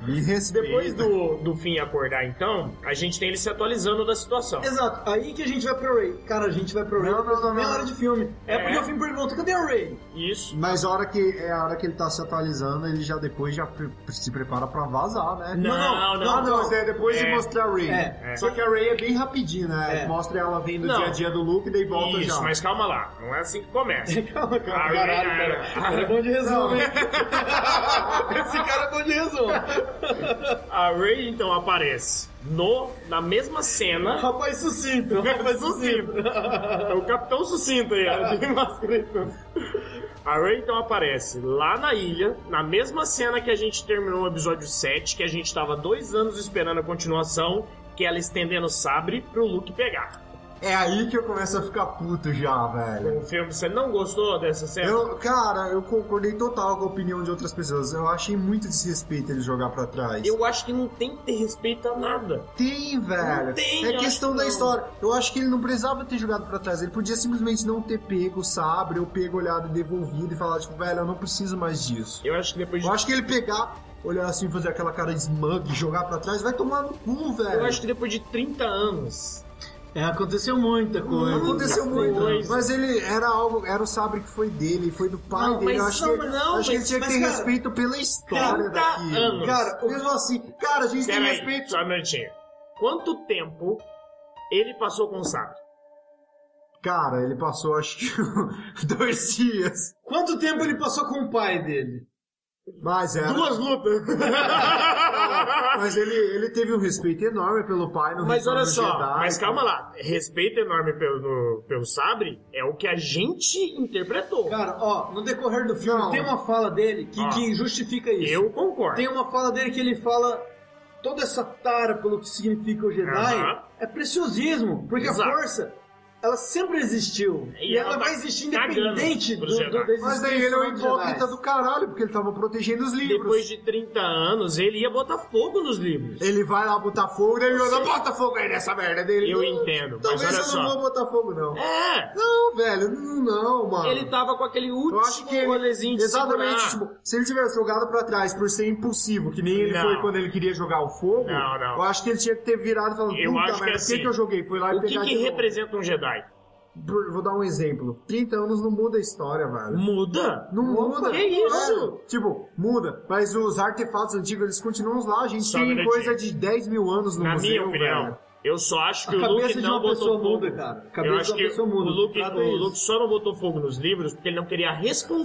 D: Me respeita.
C: Depois do, do fim acordar, então, a gente tem ele se atualizando da situação.
B: Exato, aí que a gente vai pro Ray. Cara, a gente vai pro Ray
D: Não, não, não,
B: meia
D: não.
B: hora de filme. É,
C: É.
B: porque o filme pergunta, cadê o Ray?
C: Isso.
D: Mas a hora que é a hora que ele tá se atualizando, ele já depois já pre- se prepara pra vazar, né?
C: Não, não,
D: Ah, não, isso é depois de
C: É.
D: mostrar a Ray.
B: É.
C: É.
D: Só que a Ray é bem rapidinho, né?
B: É.
D: Mostra ela vindo do
C: Não.
D: dia a dia do Luke e daí volta
C: isso,
D: já.
C: mas calma lá. Não é assim que começa.
B: Calma, calma,
C: Ai,
B: caralho,
C: ai,
B: cara.
C: ai.
B: Ele é bom de resumo, hein? Esse cara é bom de resumo.
C: A Ray, então, aparece no, na mesma cena.
B: Rapaz sucinto, rapaz
C: Capitão
B: sucinto.
C: Sucinto. É o Capitão Sucinto aí, ó, de máscara e tudo. A Ray então aparece lá na ilha, na mesma cena que a gente terminou o episódio 7, que a gente tava dois anos esperando a continuação, que ela estendendo o sabre pro Luke pegar.
D: É aí que eu começo a ficar puto já, velho.
C: O filme, você não gostou dessa cena?
D: Eu, cara, eu concordei total com a opinião de outras pessoas. Eu achei muito desrespeito ele jogar pra trás.
C: Eu acho que não tem que ter respeito a nada.
D: Tem, velho.
C: Não tem,
D: é
C: eu
D: questão
C: acho
D: da
C: que não.
D: história. Eu acho que ele não precisava ter jogado pra trás. Ele podia simplesmente não ter pego o sabre, ou pego, olhado e devolvido e falar, tipo, velho, eu não preciso mais disso.
C: Eu acho que depois de.
D: Eu acho que ele pegar, olhar assim, fazer aquela cara de smug, jogar pra trás, vai tomar no cu, velho.
C: Eu acho que depois de 30 anos.
B: É, aconteceu muita coisa.
D: Não aconteceu
C: Foi,
D: muito,
C: foi.
D: mas ele era algo, era o sabre que foi dele, foi do pai
B: Não,
D: dele. Eu
B: mas
D: acho
B: não,
D: que,
B: não,
D: acho que ele
B: mas-
D: tinha que
B: mas,
D: ter
B: cara,
D: respeito pela história
C: 30
D: daquilo.
C: tá anos.
D: Cara, mesmo assim, cara, a gente tem
C: Pera aí,
D: respeito.
C: só um minutinho. Quanto tempo ele passou com o sabre?
D: Cara, ele passou acho que dois dias.
B: Quanto tempo ele passou com o pai dele?
D: Mas era.
C: Duas lutas.
D: Mas ele, ele teve um respeito enorme pelo pai no
C: Mas
D: Retorno
C: olha
D: do
C: só,
D: Jedi.
C: mas calma lá. Respeito enorme pelo, pelo sabre é o que a gente interpretou.
B: Cara, ó, no decorrer do filme
D: Não.
B: tem uma fala dele que,
C: Ó.
B: que justifica isso.
C: Eu concordo.
B: Tem uma fala dele que ele fala toda essa tara pelo que significa o Jedi
C: Aham.
B: é preciosismo, porque
C: Exato.
B: a força ela sempre existiu
C: E
B: e, ela,
C: ela tá
B: vai existir
C: cagando
B: independente do,
C: pro
B: do,
C: Jedi.
B: da existência
D: Mas daí ele é um
B: dos
D: hipócrita
B: Jedi.
D: do caralho, porque ele tava protegendo os livros.
C: Depois de 30 anos, ele ia botar fogo nos livros.
D: Ele vai lá botar fogo, daí ele não bota fogo aí nessa merda dele.
C: Eu entendo, mas
D: Talvez
C: olha
D: eu
C: só.
D: não vou botar fogo, não.
C: É!
D: Não, velho, não, não, mano.
C: Ele tava com aquele
D: Ah. Eu acho
C: último
D: que ele,
C: rolezinho de
D: exatamente,
C: segurar.
D: tipo, se ele tivesse jogado pra trás por ser impulsivo, que nem ele
C: Não.
D: foi quando ele queria jogar o fogo,
C: Não, não.
D: eu acho que ele tinha que ter virado e falado,
C: Eu
D: puta
C: acho que
D: merda,
C: é
D: por que,
C: assim.
D: que eu joguei? Foi lá e
C: O que,
D: pegar
C: que
D: de novo.
C: representa um Jedi?
D: Por- Vou dar um exemplo. 30 anos não muda a história, velho.
C: Muda?
D: Não muda.
C: Que isso?
D: Velho, Tipo, muda. Mas os artefatos antigos, eles continuam lá. A gente
C: Só um
D: tem
C: minutinho.
D: coisa de 10 mil anos no
C: Na
D: museu,
C: minha opinião,
D: é um velho.
C: eu só acho que
B: A
C: o Luke
B: cabeça de
C: não
B: uma pessoa
C: botou fogo.
B: muda, cara. A
C: eu
B: cabeça de
C: acho
B: uma
C: que
B: pessoa
C: o
B: muda.
C: Luke,
D: é
B: Trata
C: o
B: isso.
C: Luke só não botou fogo nos livros porque ele não queria a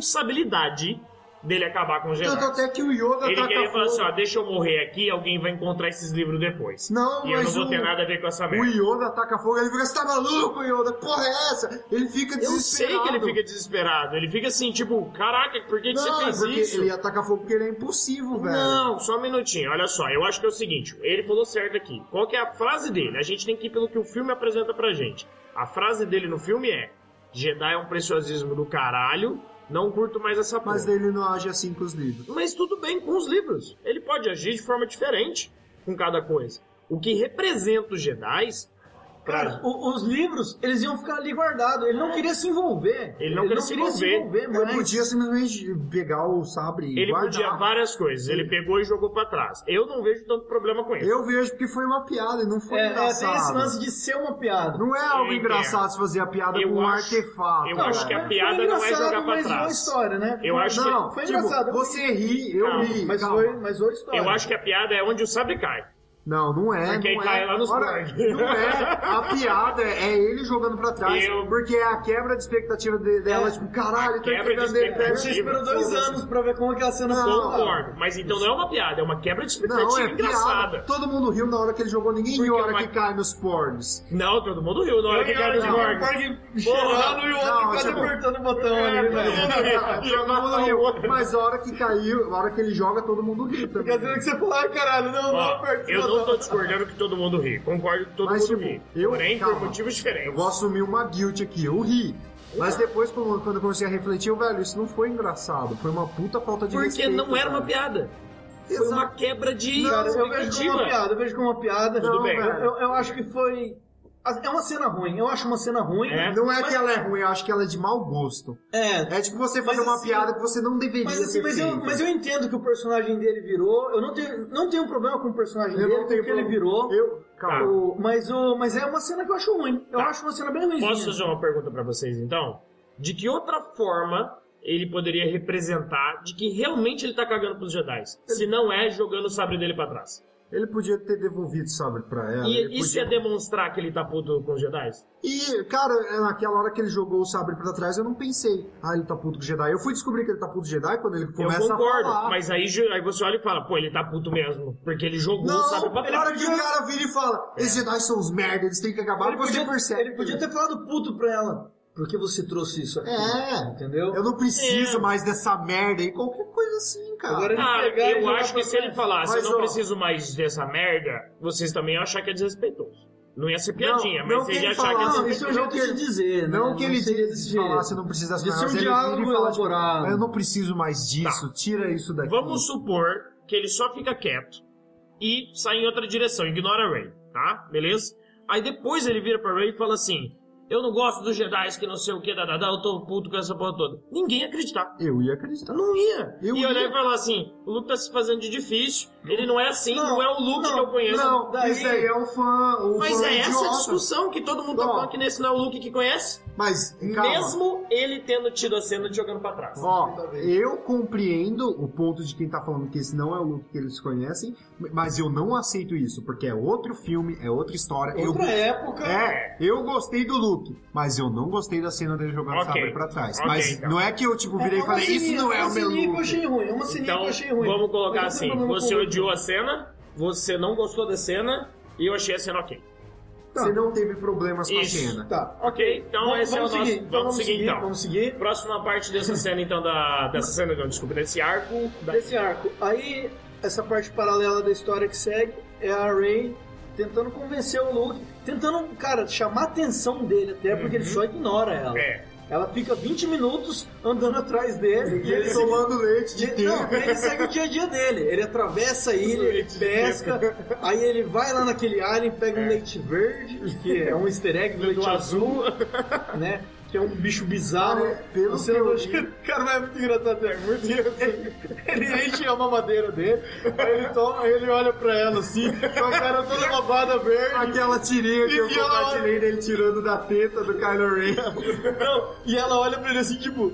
C: responsabilidade dele acabar com o Jedi.
D: Tanto até Então, que o Yoda
C: Ele
D: taca
C: queria
D: fogo.
C: falar assim, ó, deixa eu morrer aqui, alguém vai encontrar esses livros depois.
D: Não,
C: e eu
D: mas
C: não vou
D: o-
C: ter nada a ver com essa
D: O
C: merda.
D: Yoda ataca fogo, ele fica, você tá maluco, Yoda? Que Porra é essa? Ele fica
C: Eu
D: desesperado.
C: sei que ele fica desesperado. Ele fica assim, tipo, caraca, por que, que
D: Não,
C: você
D: é
C: fez
D: porque
C: isso?
D: ele ataca fogo porque ele é impulsivo, velho.
C: Não, só um minutinho. Olha só, eu acho que é o seguinte: ele falou certo aqui. Qual que é a frase dele? A gente tem que ir pelo que o filme apresenta pra gente. A frase dele no filme é: Jedi é um preciosismo do caralho, não curto mais essa
D: Mas
C: porra.
D: ele não age assim com os livros.
C: Mas tudo bem com os livros. Ele pode agir de forma diferente com cada coisa. O que representa os Jedi.
B: Cara, o- os livros, eles iam ficar ali guardados. Ele não queria se envolver.
C: É. Ele não queria se envolver.
B: mas...
D: Ele podia simplesmente pegar o sabre e
C: Ele
D: guardar.
C: podia várias coisas. Ele pegou e jogou pra trás. Eu não vejo tanto problema com isso.
D: Eu vejo que foi uma piada e não foi
B: É, é,
D: engraçado.
B: tem esse lance de ser uma piada.
D: Não é algo
C: Eu
D: engraçado se fazer a piada
C: Eu
D: com um
C: acho-
D: artefato.
C: eu
D: cara.
C: acho que a
B: Foi
C: piada não é
B: engraçado,
C: jogar pra
B: mas
C: trás.
B: Foi história, né?
C: Eu
B: Foi-
C: acho que-
D: Não,
B: foi
D: tipo,
B: engraçado. eu
D: você
B: ri.
D: ri, eu
C: Não,
D: ri.
B: Mas
D: calma.
B: foi, mas foi história.
C: Eu acho que a piada é onde o sabre cai.
D: Não, não é.
C: Porque aí
D: não é.
C: cai lá nos
D: Ora,
C: porcos.
D: Não é. A piada é ele jogando pra trás.
C: Eu-
D: Porque é a quebra de expectativa de- dela.
B: É.
D: Tipo, caralho, tô
C: Quebra de
D: entregando ele
B: A
D: pra
B: gente
C: expectativa.
B: esperou dois
D: Foda-se.
B: anos pra ver como aquela cena
D: Não,
B: foi.
C: Concordo. Mas então não é uma piada, é uma quebra de expectativa
D: Não, é
C: engraçada.
D: piada. Todo mundo riu na hora que ele jogou, ninguém
C: Porque
D: riu na hora
C: uma-
D: que cai nos porns.
C: Não, todo mundo riu na hora
B: é
C: que caiu os mortos.
B: Cheirando e o outro
D: Não,
B: quase
D: tipo-
B: apertando o botão ali, velho.
D: Todo mundo riu. Mas a hora que caiu, a hora que ele joga, todo mundo riu
B: Quer
D: também.
B: dizer que você falou, ah, caralho, não, não
C: Ó,
B: aperta
C: eu
B: o
C: não
B: botão.
C: tô discordando que todo mundo ri. Concordo que todo
D: Mas,
C: mundo
D: tipo,
C: ri.
D: eu-
C: Porém, por
D: calma.
C: motivos
D: Eu
C: diferentes.
D: vou assumir uma guilt aqui, eu ri. Mas depois, como- quando eu comecei a refletir, eu, velho, isso não foi engraçado. Foi uma puta falta de
C: Porque
D: respeito.
C: não era uma
D: cara.
C: piada. Foi
B: Exato.
C: uma quebra de
B: Cara, eu vejo como uma
C: expectativa.
B: piada, eu vejo como uma piada.
C: Tudo
B: Não,
C: bem.
B: Eu, eu- eu acho que foi. É uma cena ruim, eu acho uma cena ruim.
C: É.
D: Não é que ela é ruim, eu acho que ela é de mau gosto.
B: É,
D: É tipo você
B: Mas
D: fazer uma
B: assim-
D: piada que você não deveria
B: Mas assim,
D: ter
B: mas
D: feito.
B: eu, mas eu entendo que o personagem dele virou. Eu não tenho, não tenho problema com o personagem
D: Eu
B: dele,
D: não tenho
B: porque ele
D: problema.
B: virou.
D: Eu- calma.
B: O- mas, o, mas é uma cena que eu acho ruim. Eu
C: Tá.
B: acho uma cena bem ruim.
C: Posso fazer uma pergunta pra vocês então? De que outra forma ele poderia representar de que realmente ele tá cagando pros Jedi? Se não é jogando o sabre dele pra trás.
D: Ele podia ter devolvido o sabre pra ela. ele
C: E isso
D: podia-
C: é demonstrar que ele tá puto com os Jedi?
D: E, cara, é, naquela hora que ele jogou o sabre pra trás, eu não pensei, ah, ele tá puto com o Jedi. Eu fui descobrir que ele tá puto com o Jedi quando ele
C: Eu
D: começa
C: concordo,
D: a falar.
C: mas aí, ju- aí você olha e fala, pô, ele tá puto mesmo, porque ele jogou o sabre
D: Não, é
C: pra
D: na
C: trás. É.
D: hora que o cara vira e fala, esses Jedi são os merda, eles têm que acabar,
B: Ele
D: você
B: podia,
D: percebe.
B: ele podia ter falado puto pra ela. Por que você trouxe isso aqui?
D: É.
B: Entendeu?
D: Eu não preciso
C: É.
D: mais dessa merda e qualquer coisa assim, cara.
B: Agora ele-
C: Ah,
B: pegar e
C: eu
B: jogar
C: acho
B: pra
C: que se ele
B: trás.
C: falasse,
D: Mas,
C: eu não
D: ó.
C: preciso mais dessa merda, vocês também iam achar que é desrespeitoso. Não ia ser piadinha,
D: Não,
C: mas
D: não
C: vocês
D: que
C: iam
D: ele
C: achar que é
D: falasse,
B: Não,
C: desrespeitoso.
B: isso eu já quis dizer. né?
D: Não, que ele
B: seria desse
D: disse,
B: jeito.
D: falasse, não precisa
B: Isso é um
D: mas ele
B: diálogo
D: vira e fala, tipo,
B: elaborado.
D: eu não preciso mais disso, tira isso daqui.
C: Tá. Vamos supor que ele só fica quieto e sai em outra direção, ignora a Ray, tá? Beleza? Aí depois ele vira pra Ray e fala assim: Eu não gosto dos Jedi que não sei o que, dadadá, eu tô puto com essa porra toda. Ninguém ia acreditar.
D: Eu ia acreditar.
C: Não ia.
D: Eu
C: e olhar
D: ia.
C: e falar assim: o Luke tá se fazendo de difícil, ele não é assim, não, é o Luke
B: não,
C: que eu conheço.
D: Não,
B: Daí-
D: isso aí é um fã. Um
C: Mas
D: fã
C: é essa a
D: idiota.
C: discussão que todo mundo tá
D: Não.
C: falando que nesse não é o Luke que conhece,
D: Mas, calma.
C: mesmo ele tendo tido a cena de jogando pra trás.
D: Ó, eu compreendo o ponto de quem tá falando que esse não é o Luke que eles conhecem, mas eu não aceito isso, porque é outro filme, é outra história. eu-
B: Outra época.
D: É, eu gostei do Luke, mas eu não gostei da cena dele jogando o
C: Ok.
D: sabre pra trás.
C: Ok,
D: mas
C: então.
D: não é que eu, tipo, virei
B: É
D: e
B: uma
D: falei, isso
B: ceninha-
D: não é o meu
B: uma ceninha que eu
D: Luke.
B: achei ruim. É uma ceninha que
C: Então,
B: eu achei ruim.
C: vamos
B: Mas
C: colocar
B: eu
C: assim:
B: tenho problema com
C: você
B: o-
C: odiou a cena, você não gostou da cena e eu achei a cena ok.
D: Você não teve problemas com a
C: Isso.
D: cena.
B: Tá.
C: Ok, então
B: Vamos-
C: esse é o
B: vamos
C: nosso.
B: seguir,
C: Vamos,
B: então vamos
C: seguir
B: seguir,
C: então.
B: vamos seguir.
C: Próxima parte dessa cena, então, da. Dessa cena, não, desculpa, desse arco. da-
B: Desse arco. Aí, essa parte paralela da história que segue é a Ray tentando convencer o Luke, tentando, cara, chamar a atenção dele até, porque ele só ignora ela.
C: Uhum. É.
B: Ela fica 20 minutos andando atrás dele e ele se
D: tomando leite de
B: Ele- Não,
D: tempo.
B: ele segue o dia a dia dele. Ele atravessa a ilha, ele pesca, aí ele vai lá naquele alien, pega um leite verde, que é um easter egg do leite
C: É. Do
B: azul,
C: azul.
B: né? Que é um bicho bizarro.
D: Cara, pelo
B: Você
D: que eu
B: não-
D: vi-
B: Cara, mas é muito engraçado. É muito engraçado. Ele enche a mamadeira dele, aí ele toma, aí ele olha pra ela assim, com a cara toda babada verde.
D: Aquela tirinha que eu
B: E ela-
D: compartilhei dele tirando da teta do Kylo Ren.
B: Não, e ela olha pra ele assim, tipo.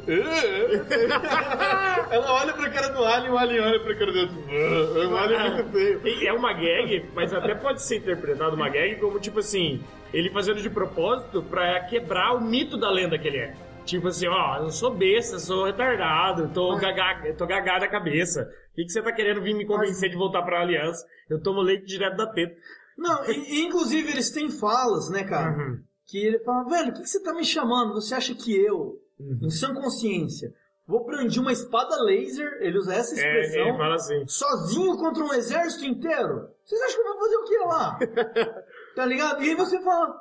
B: "Ah, ah". ela olha pra cara do alien, o alien olha pra cara dele assim. "Ah, O alien é muito feio.
C: E É uma gag, mas até pode ser interpretado uma gag como tipo assim: ele fazendo de propósito pra quebrar o mito da lenda que ele é. Tipo assim, ó, eu sou besta, sou retardado, tô,
B: Ah.
C: gaga, tô gagado a cabeça. O que, que você tá querendo vir me convencer de voltar pra aliança? Eu tomo leite direto da teta.
B: Não, e, e, inclusive eles têm falas, né, cara?
C: Uhum.
B: Que ele fala, velho, o que, que você tá me chamando? Você acha que eu, em sã consciência, vou brandir uma espada laser? Ele usa essa
C: É,
B: expressão.
C: ele fala assim.
B: Sozinho contra um exército inteiro? Vocês acham que eu vou fazer o que lá? tá ligado? E aí você fala,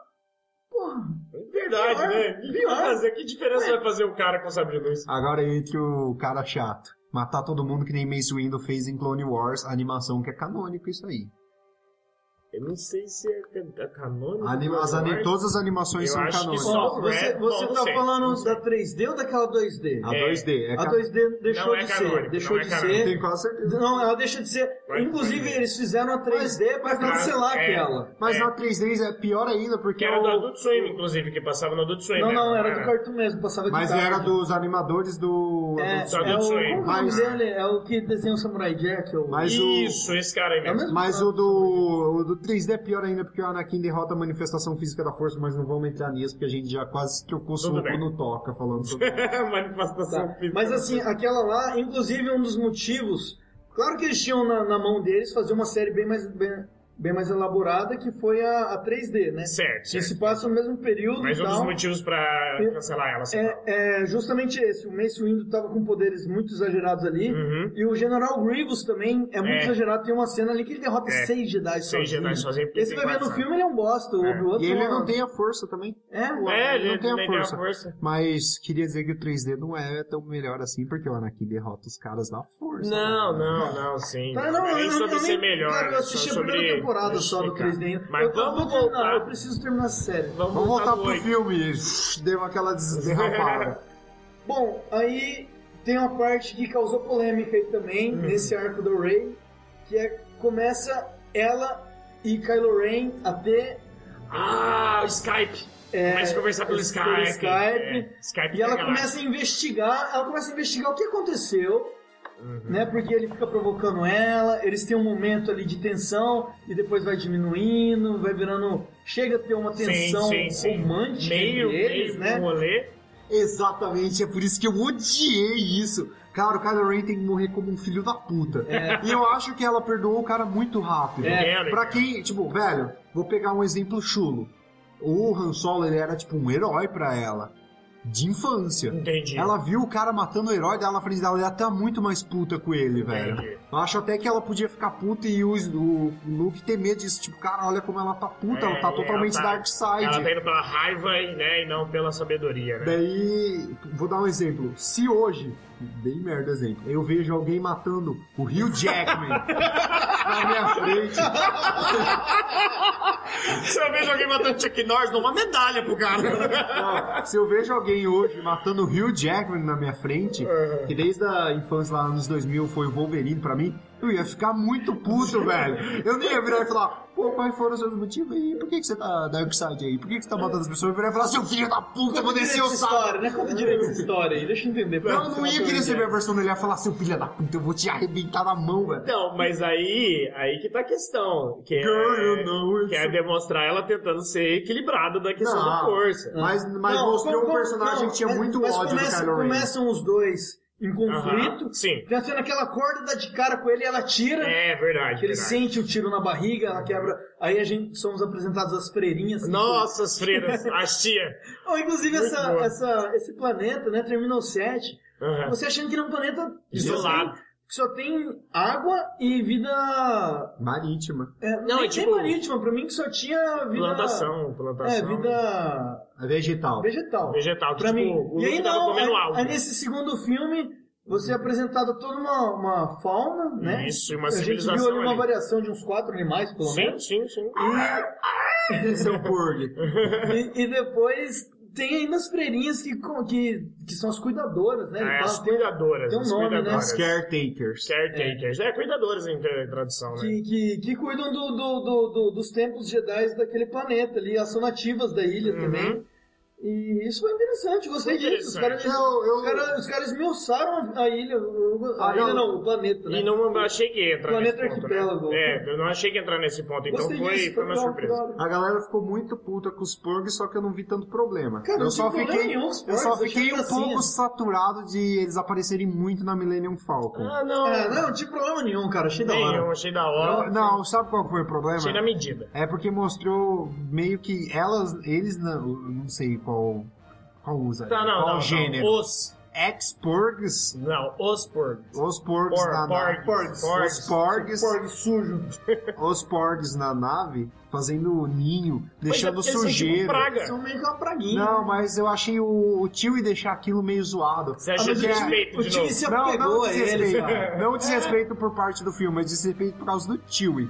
B: porra,
C: Verdade,
B: é Pior,
C: né? O que que
B: pior.
C: vai fazer? Que diferença vai fazer o cara com um sabre de luz?
D: Agora é entre o cara chato. Matar todo mundo que nem Mace Windu fez em Clone Wars, a animação que é canônica isso aí.
C: Eu não sei se é can- é canônico.
D: A anima- as
C: eu
D: ani-
C: acho.
D: todas as animações
C: é Eu
D: são
C: acho que
D: canônicas.
C: só-
B: ó, você,
C: Red,
B: você tá
C: bom, não sei,
B: falando
C: não sei.
B: da 3D ou daquela 2D?
D: A
C: É.
D: 2D. É
B: A
D: ca-
B: 2D deixou
C: Não é
B: de ser.
C: canônico,
B: Deixou
C: não é
B: de
C: canônico.
B: ser.
D: Tem quase certeza.
B: Não, ela deixa de ser.
C: Vai-
B: Inclusive,
C: vai-
B: eles fizeram a 3D pra
C: mas-
B: cancelar
C: é.
B: aquela.
D: Mas
C: É.
D: na 3D é pior ainda,
C: Que
D: porque
C: era
D: o-
C: do Adult Swim, inclusive, que passava no Adult Swim.
B: é Não,
C: né?
B: não, era do cartoon mesmo, passava de
D: Mas
B: tarde.
D: era dos animadores do.
B: É,
D: do-
C: Só
B: é
C: do
B: o, como
C: Tsuyu.
B: que é o nome
D: Mas-
B: dele? É o que desenha o Samurai Jack. é O...
D: Mas o-
C: Isso, esse cara aí
B: É o
C: mesmo.
B: mesmo
D: Mas
B: cara.
D: o do, o do 3D é pior ainda, porque o Anakin derrota a manifestação física da força, mas não vamos entrar nisso, porque a gente já quase trocou soco
C: bem.
D: no toca falando sobre.
C: Manifestação
B: Tá.
C: física.
B: Mas assim, aquela lá, inclusive, é um dos motivos. Claro que eles tinham na, na mão deles fazer uma série bem mais, bem, bem mais elaborada, que foi a, a 3D, né?
C: É Certo,
B: Que
C: certo.
B: se passa no mesmo período
C: Mas
B: e
C: um dos
B: tipo tal.
C: motivos pra
B: Eu-
C: cancelar ela, assim. você fala.
B: É, é justamente esse. O Mace Windu tava com poderes muito exagerados ali.
C: Uhum.
B: E o General Grievous também é muito
C: É.
B: exagerado. Tem uma cena ali que ele derrota
C: É.
B: seis Jedi sozinho.
C: Seis Jedi sozinho, porque
B: Esse
C: tem
B: vai ver no
C: quatro,
B: filme, ele é um bosta. O
C: É.
B: Obi-Wan
D: E ele
B: uma-
D: não tem a força também.
B: É, o
C: É,
D: ele
C: ele
D: não tem a
C: nem tem a
D: força.
C: força.
D: Mas queria dizer que o 3D não é tão melhor assim, porque o Anakin derrota os caras na força. né?
C: Não, não, não, sim.
B: Tá, não,
C: é
B: eu,
C: nem
B: eu,
C: sobre
B: eu
C: ser
B: nem-
C: melhor.
B: Cara, eu
C: é
B: assisti
C: só
B: a primeira
C: sobre
B: temporada só do
C: explicar.
B: 3D. ainda.
C: Mas
B: eu, tô-
C: vamos
B: vou terminar,
C: voltar.
B: Eu preciso terminar essa série.
C: Vamos,
D: Vamos voltar
C: do
D: pro
C: oito.
D: filme. Deu aquela des- derrapada.
B: Bom, aí tem uma parte que causou polêmica aí também,
C: Uhum.
B: nesse arco do Rey, que é começa ela e Kylo Ren a ter.
C: Ah, o Skype.
B: é,
C: Começa a conversar pelo
B: esse-
C: Skype.
B: pelo Skype.
C: É, Skype
B: E ela
C: pega lá.
B: começa a investigar, ela começa a investigar o que aconteceu,
C: Uhum.
B: né? Porque ele fica provocando ela, eles têm um momento ali de tensão e depois vai diminuindo, vai virando, chega a ter uma tensão romântica
C: meio,
B: entre eles,
C: meio
B: né?
C: rolê.
D: Exatamente, é por isso que eu odiei isso. Cara, o Kylo Ren tem que morrer como um filho da puta.
B: É.
D: E eu acho que ela perdoou o cara muito rápido.
B: É,
C: Entendem?
D: Pra quem, tipo, velho, vou pegar um exemplo chulo. O Han Solo, ele era tipo um herói pra ela. De infância.
C: Entendi.
D: Ela viu o cara matando o herói dela na frente dela, ela tá muito mais puta com ele, velho.
C: Entendi.
D: Eu acho até que ela podia ficar puta e o, o Luke ter medo disso. Tipo, cara, olha como ela tá puta,
C: É,
D: ela tá
C: ela
D: totalmente
C: tá-
D: dark side.
C: Ela tá indo pela raiva né, e não pela sabedoria, né?
D: Daí, vou dar um exemplo. Se hoje, bem merda exemplo, eu vejo alguém matando o Hugh Jackman na minha frente,
C: Se eu vejo alguém matando Chuck Norris, dou uma medalha pro cara.
D: Não, se eu vejo alguém hoje matando o Hugh Jackman na minha frente, que desde a infância lá nos 2000 foi o Wolverine pra mim, eu ia ficar muito puto, velho. Eu nem ia virar e falar, pô, quais foram os seus motivos aí? Por que, que você tá Dark Side aí? Por que, que você tá matando as pessoas? Eu virar e falar, seu filho da puta, vou
B: Conta direito
D: descer o
B: essa
D: saco.
B: história, né? Conta direito essa história aí, deixa eu entender. pra-
D: Eu não ia querer saber a versão dele, eu ia falar, seu filho da puta, eu vou te arrebentar na mão, velho.
C: Então, mas aí, aí que tá a questão. Que é,
D: Girl, you know it's-
C: que é demonstrar ela tentando ser equilibrada da questão
D: Não.
C: da força.
D: Mas, mas
B: Não,
D: mostrou
B: como-
D: um personagem
B: não,
D: que tinha
B: mas-
D: muito
B: mas
D: ódio
B: começa-
D: do Kylo Ren.
B: Começam os dois em conflito.
C: Aham, Sim.
B: Tem a cena que ela acorda, dá de cara com ele e ela tira.
C: É verdade.
B: que ele
C: verdade.
B: sente o tiro na barriga, ela quebra. Aí a gente somos apresentados às freirinhas. que-
C: Nossa, as freiras, as tia.
B: Ou, inclusive,
C: Muito
B: essa,
C: boa.
B: essa- esse planeta, né? Terminal 7.
C: Aham.
B: Você achando que ele é um planeta
C: Isolado.
B: Que só tem água e vida.
D: Marítima.
B: é,
C: Não,
B: nem,
C: é tipo-
B: nem marítima, pra mim que só tinha vida.
C: Plantação,
B: É,
C: plantação.
B: vida
D: Vegetal.
B: vegetal.
C: Vegetal, que,
B: Pra
C: tipo,
B: mim.
C: o
B: e
C: Luke
B: aí
C: tava
B: não,
C: comendo
B: aí,
C: algo.
B: aí nesse segundo filme, você é apresentado a toda uma, uma fauna, né?
C: Isso, e uma
B: a gente viu
C: civilização
B: ali uma né?
C: ali.
B: variação de uns quatro animais, pelo menos.
C: Sim, sim, sim.
D: Seu Purg.
B: E, e depois tem ainda as freirinhas que, co- que, que são as cuidadoras, né? Ele
C: É,
B: fala,
C: as
B: tem-
C: cuidadoras.
B: tem um
C: as
B: nome, né?
D: As
C: cuidadoras.
D: caretakers.
C: Caretakers. É, cuidadoras em tra- tradução, né?
B: que, que, que cuidam do, do, do- do- dos templos Jedi daquele planeta ali, elas são nativas da ilha
C: Uhum.
B: também. E isso foi interessante, gostei
C: Foi
B: disso. Os caras,
C: interessante.
D: Eu- eu-
B: os caras, os caras esmiuçaram a ilha, o- a
D: Ah,
B: ilha
D: não.
B: não, o planeta, né?
C: E não eu achei que ia entrar
B: Planeta
C: nesse ponto,
B: Arquipélago.
C: Né? É, eu não achei que ia entrar nesse ponto, então
B: gostei
C: foi,
B: disso,
C: foi uma
B: da hora, da
C: surpresa.
B: hora.
D: A galera ficou muito puta com os Purgs, só que eu não vi tanto problema.
B: Cara, não
D: eu, só
B: tem problema
D: fiquei,
B: nenhum com os assim,
D: eu
B: Purgs,
D: só
B: eu achei
D: fiquei
C: assim,
D: um
B: gracinha.
D: pouco saturado de eles aparecerem muito na Millennium Falcon.
C: Ah, não.
B: É, não, não tinha problema nenhum, cara, achei da
C: Bem,
B: hora.
C: eu achei da hora.
D: não, sabe qual foi o problema?
C: Achei na medida.
D: É porque mostrou meio que elas, eles, não, não sei qual, qual usa,
C: Tá, não,
D: qual
C: não,
D: gênero.
C: não. Os.
D: Ex-Purgs,
C: Não, os porgs.
D: os Purgs
C: Por-
D: na nave.
C: porgs, porgs.
D: Os Porgs,
B: Porg sujo.
D: os Porgs na nave, fazendo ninho, deixando
C: porque eles são tipo
D: sujeiro.
C: praga.
B: São meio que uma praguinha.
D: Não, mas eu achei o, o tio e deixar aquilo meio zoado.
C: Você achou
D: mas é-
C: desrespeito
B: o
C: de
B: time
C: novo?
B: se
D: Não,
B: apegou
D: não
B: a eles,
D: desrespeito.
B: cara.
D: não desrespeito por parte do filme, mas desrespeito por causa do Chewie.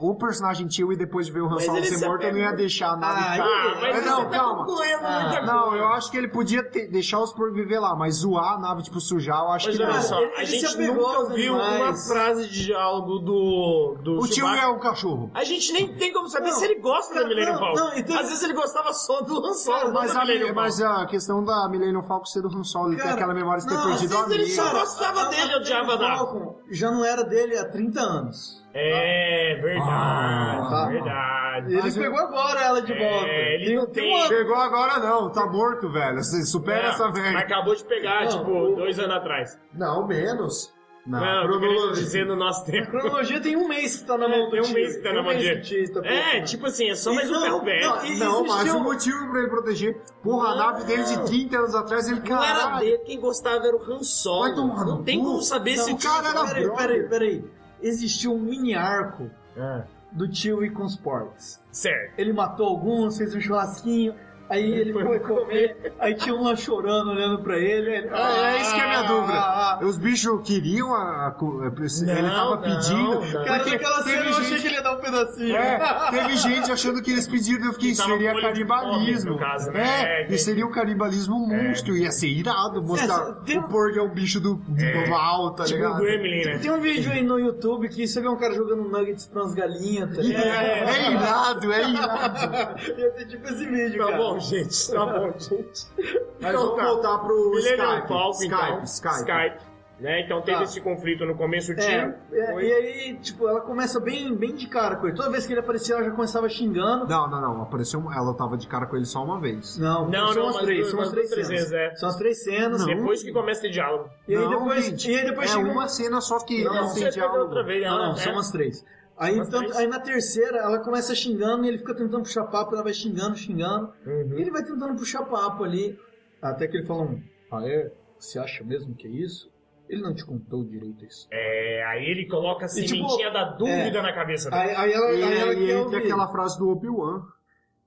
D: O personagem Chewie, depois de ver o Han
B: Mas
D: Solo
B: ele
D: ser
B: se
D: morto, eu não ia
B: apega-
D: deixar nada.
B: Ah,
D: ficar.
B: ele-
C: Ah, mas
D: Mas não,
C: você tá
D: calma.
C: concluindo
B: Ah,
C: muita
D: Não,
C: coisa.
D: eu acho que ele podia ter- deixar os porcos viver lá, mas zoar a nave, tipo, sujar, eu acho
C: Mas
D: que
C: olha
D: não.
C: é, só,
B: Ele-
C: a
B: ele se
C: gente
B: apegou
C: nunca
B: aos
C: ouviu uma
B: animais.
C: frase de diálogo do, do
D: o tio
C: Chewbacca.
D: é um cachorro.
C: A gente nem tem como saber
B: Não,
C: se ele gosta
B: não,
C: da Millennium
B: não,
C: Falcon.
B: não, e
D: então-
B: tem-
C: Às vezes ele gostava só do Han Solo, não
D: Mas
C: da
D: a,
C: Millennium
D: mas
C: Falcon.
D: a questão da Millennium Falcon ser do Han Solo, ele tem
B: Cara,
D: aquela memória de ter
B: não,
D: perdido a
C: às vezes ele só
D: amiga.
C: gostava
B: A-
C: dele,
B: a-
C: odiava
B: o
C: da-
B: Falcon né? já não era dele há 30 anos.
C: É, verdade,
D: Ah, tá.
C: verdade.
B: E ele
D: Mas eu-
B: pegou agora ela de
C: É,
B: volta.
C: ele
B: Tem-
C: não
B: tem
C: tem-
B: um ano.
D: Chegou agora não, tá morto, velho. Você supera
C: Não,
D: essa
C: Mas
D: velha.
C: acabou de pegar,
B: Não,
C: tipo,
B: o-
C: dois anos atrás.
D: Não, menos.
C: Não, eu tô querendo dizer no nosso
B: A
C: tempo.
B: cronologia tem um mês que tá na
C: É,
B: mão do
C: tem um
B: Tita.
C: mês que tá na
B: um
C: mão
B: mês
C: de-
B: do Tita, pô.
C: É, tipo assim, é só
B: E
C: mais um
B: não,
C: ferro velho.
B: não, e-
D: Não, mas
C: um-
B: Existiu-
D: o motivo pra ele proteger. Porra, a nave dele de 30 anos atrás, ele
C: Não era
D: caralho.
C: dele, quem gostava era o Han Solo.
D: Vai tomar no
C: Não tem
D: cu.
C: como saber
D: Não,
C: se o
D: cara era
B: Peraí,
D: brother.
B: peraí, peraí. Existiu um mini arco
C: É.
B: do tio e com os porcos.
C: Certo.
B: Ele matou alguns, fez um churrasquinho, aí ele foi, comer, aí tinha um lá chorando olhando pra ele. aí ele-
D: É, é isso que é a minha
B: Ah,
D: dúvida.
B: ah, ah.
D: Os bichos queriam a. a co- a- ele
C: Não,
D: tava
C: não,
D: pedindo.
C: não.
B: Cara,
D: porque
B: naquela
D: teve
B: cena eu achei
D: gente-
B: que ele ia dar um pedacinho.
D: É, teve gente achando que eles pediram, eu fiquei,
C: Que
D: isso
C: tava
D: seria
C: com um olho de fome,
D: canibalismo.
C: no caso, né? É.
D: É, isso seria um canibalismo monstro, ia ser irado mostrar
B: É, tem-
D: o porco é um bicho do, do Val, tá
C: Tipo o
D: ligado?
C: Gremlin, né?
B: Tem um vídeo aí no YouTube que você vê um cara jogando nuggets pras galinhas, tá ligado?
D: É, é irado, é irado.
B: Ia ser tipo esse vídeo,
C: Tá
B: cara.
C: bom, gente. Tá bom, gente.
D: Mas
C: Então
D: vamos
C: tá.
D: voltar pro
C: Ele é
D: Skype.
C: um palco,
D: Skype,
C: então.
D: Skype.
C: Né? Então teve
B: Tá.
C: esse conflito no começo, o tio.
B: É, é,
C: foi-
B: e aí, tipo, ela começa bem, bem de cara com ele. Toda vez que ele aparecia, ela já começava xingando.
D: Não, não, não. Apareceu, uma- ela tava de cara com ele só uma vez.
B: Não,
C: Não,
B: são
C: não,
B: as
C: mas
B: três,
C: duas-
B: são as
C: mas
B: três
C: duas
B: cenas.
C: vezes, é.
B: São as três cenas.
D: Não.
C: Depois que começa esse diálogo.
B: E aí
D: Não,
B: depois,
D: gente.
B: e aí depois
D: é
B: chega um-
D: uma cena só que
C: Não,
D: não
C: você
D: tem
C: perdeu
D: diálogo.
C: outra vez.
B: assim, Não, não,
C: é.
B: são umas três. Aí,
C: Umas
B: então,
C: três.
B: aí na terceira, ela começa xingando e ele fica tentando puxar papo, ela vai xingando, xingando. E
C: Uhum.
B: ele vai tentando puxar papo ali. Até que ele fala um, ah é? Você acha mesmo que é isso? Ele não te contou direito isso.
C: É, aí ele coloca a
B: E, tipo,
C: sementinha da dúvida na cabeça dele.
B: Aí, aí ela,
D: E
B: aí ela
D: aí
B: quer
D: entra
B: ouvir.
D: aquela frase do Obi-Wan.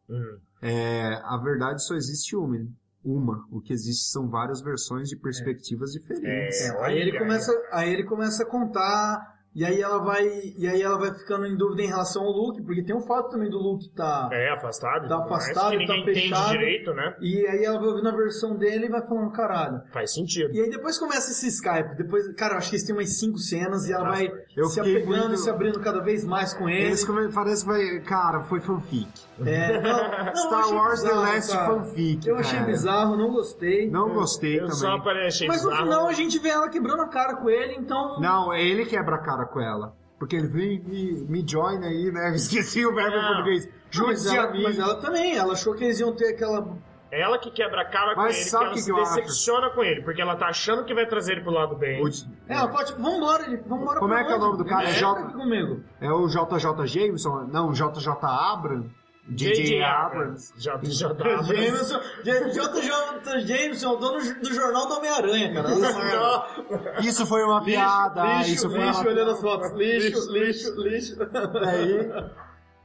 C: Hum.
D: É, a verdade só existe uma. né? Uma. O que existe são várias versões de perspectivas diferentes.
B: É,
C: É,
B: aí ele
C: olha,
B: começa, aí ele começa a contar e aí ela vai, e aí ela vai ficando em dúvida em relação ao Luke, porque tem um fato também do Luke tá
C: É, afastado. e
B: Tá
C: tudo mais,
B: afastado,
C: que
B: tá
C: ninguém
B: fechado.
C: entende direito, né?
B: e aí ela vai ouvindo a versão dele e vai falando caralho.
C: Faz sentido.
B: E aí depois começa esse Skype, depois, cara, eu acho que eles têm umas cinco cenas e ela vai
D: Eu
B: se
D: fiquei
B: apegando
D: muito-
B: e se abrindo cada vez mais com ele.
D: Eles come- É. parece que vai. Cara, foi fanfic.
B: É, não, não, eu
D: Star
B: achei
D: Wars The
B: bizarro,
D: Last
B: cara.
D: Fanfic.
B: Eu achei
D: cara.
B: bizarro, não gostei.
D: Não gostei
C: Eu
D: também.
C: só apareci.
B: Mas no
C: bizarro.
B: final a gente vê ela quebrando a cara com ele, então.
D: Não, é ele quebra a cara com ela. Porque ele vem me, me join aí, né? Eu Esqueci o verbo
C: Não.
D: em português.
B: Não, mas,
D: Junte-se a
B: ela,
D: mim.
B: mas ela também, ela achou que eles iam ter aquela
C: Ela que quebra a cara com
D: Mas
C: ele,
D: sabe
C: que ela
D: o que
C: se
D: eu acho?
C: decepciona com ele, porque ela tá achando que vai trazer ele pro lado bem.
D: O de-
B: É, ela fala, tipo, vambora, ele, vambora
D: Como
B: pra
D: é que é o
B: onde?
D: nome do cara?
B: Ele
D: J-
B: fica aqui comigo.
D: É o JJ Jameson? Não, JJ Abrams? DJ Abrams.
C: Já, já dá.
B: Jameson, J.J. Jameson, o dono do jornal do Homem-Aranha, cara.
D: Isso foi uma piada. isso foi uma
B: as fotos. Lixo, lixo, lixo.
D: Daí,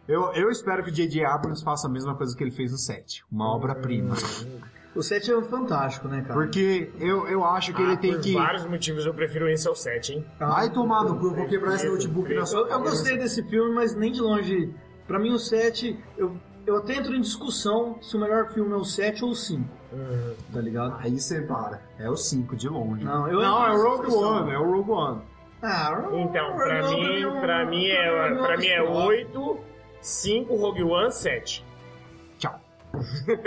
D: eu, eu espero que o J.J. Abrams faça a mesma coisa que ele fez no 7.
B: É,
D: Uma obra-prima.
B: tá. O set é um fantástico, né, cara?
D: Porque eu, eu acho que ele
C: Ah,
D: tem
C: por
D: que...
C: vários motivos eu prefiro esse ao 7, hein?
D: Vai tomar no cu, eu vou quebrar esse notebook na sua
B: Eu, eu gostei desse filme, mas nem de longe. Pra mim, o 7, eu, eu até entro em discussão se o melhor filme é o 7 ou o 5. Tá ligado?
D: Aí você para. É o 5 de longe.
B: Não, eu
D: Não,
B: entro
D: é o
B: nessa
D: Rogue
B: discussão.
D: One, é o Rogue One.
B: Ah, Rogue
C: Então,
B: One,
C: pra
B: Rogue One
C: mim,
B: é um-
C: pra mim é,
B: Rogue One
C: pra mim é
B: um-
C: 8, 5, Rogue One, 7.
D: Tchau.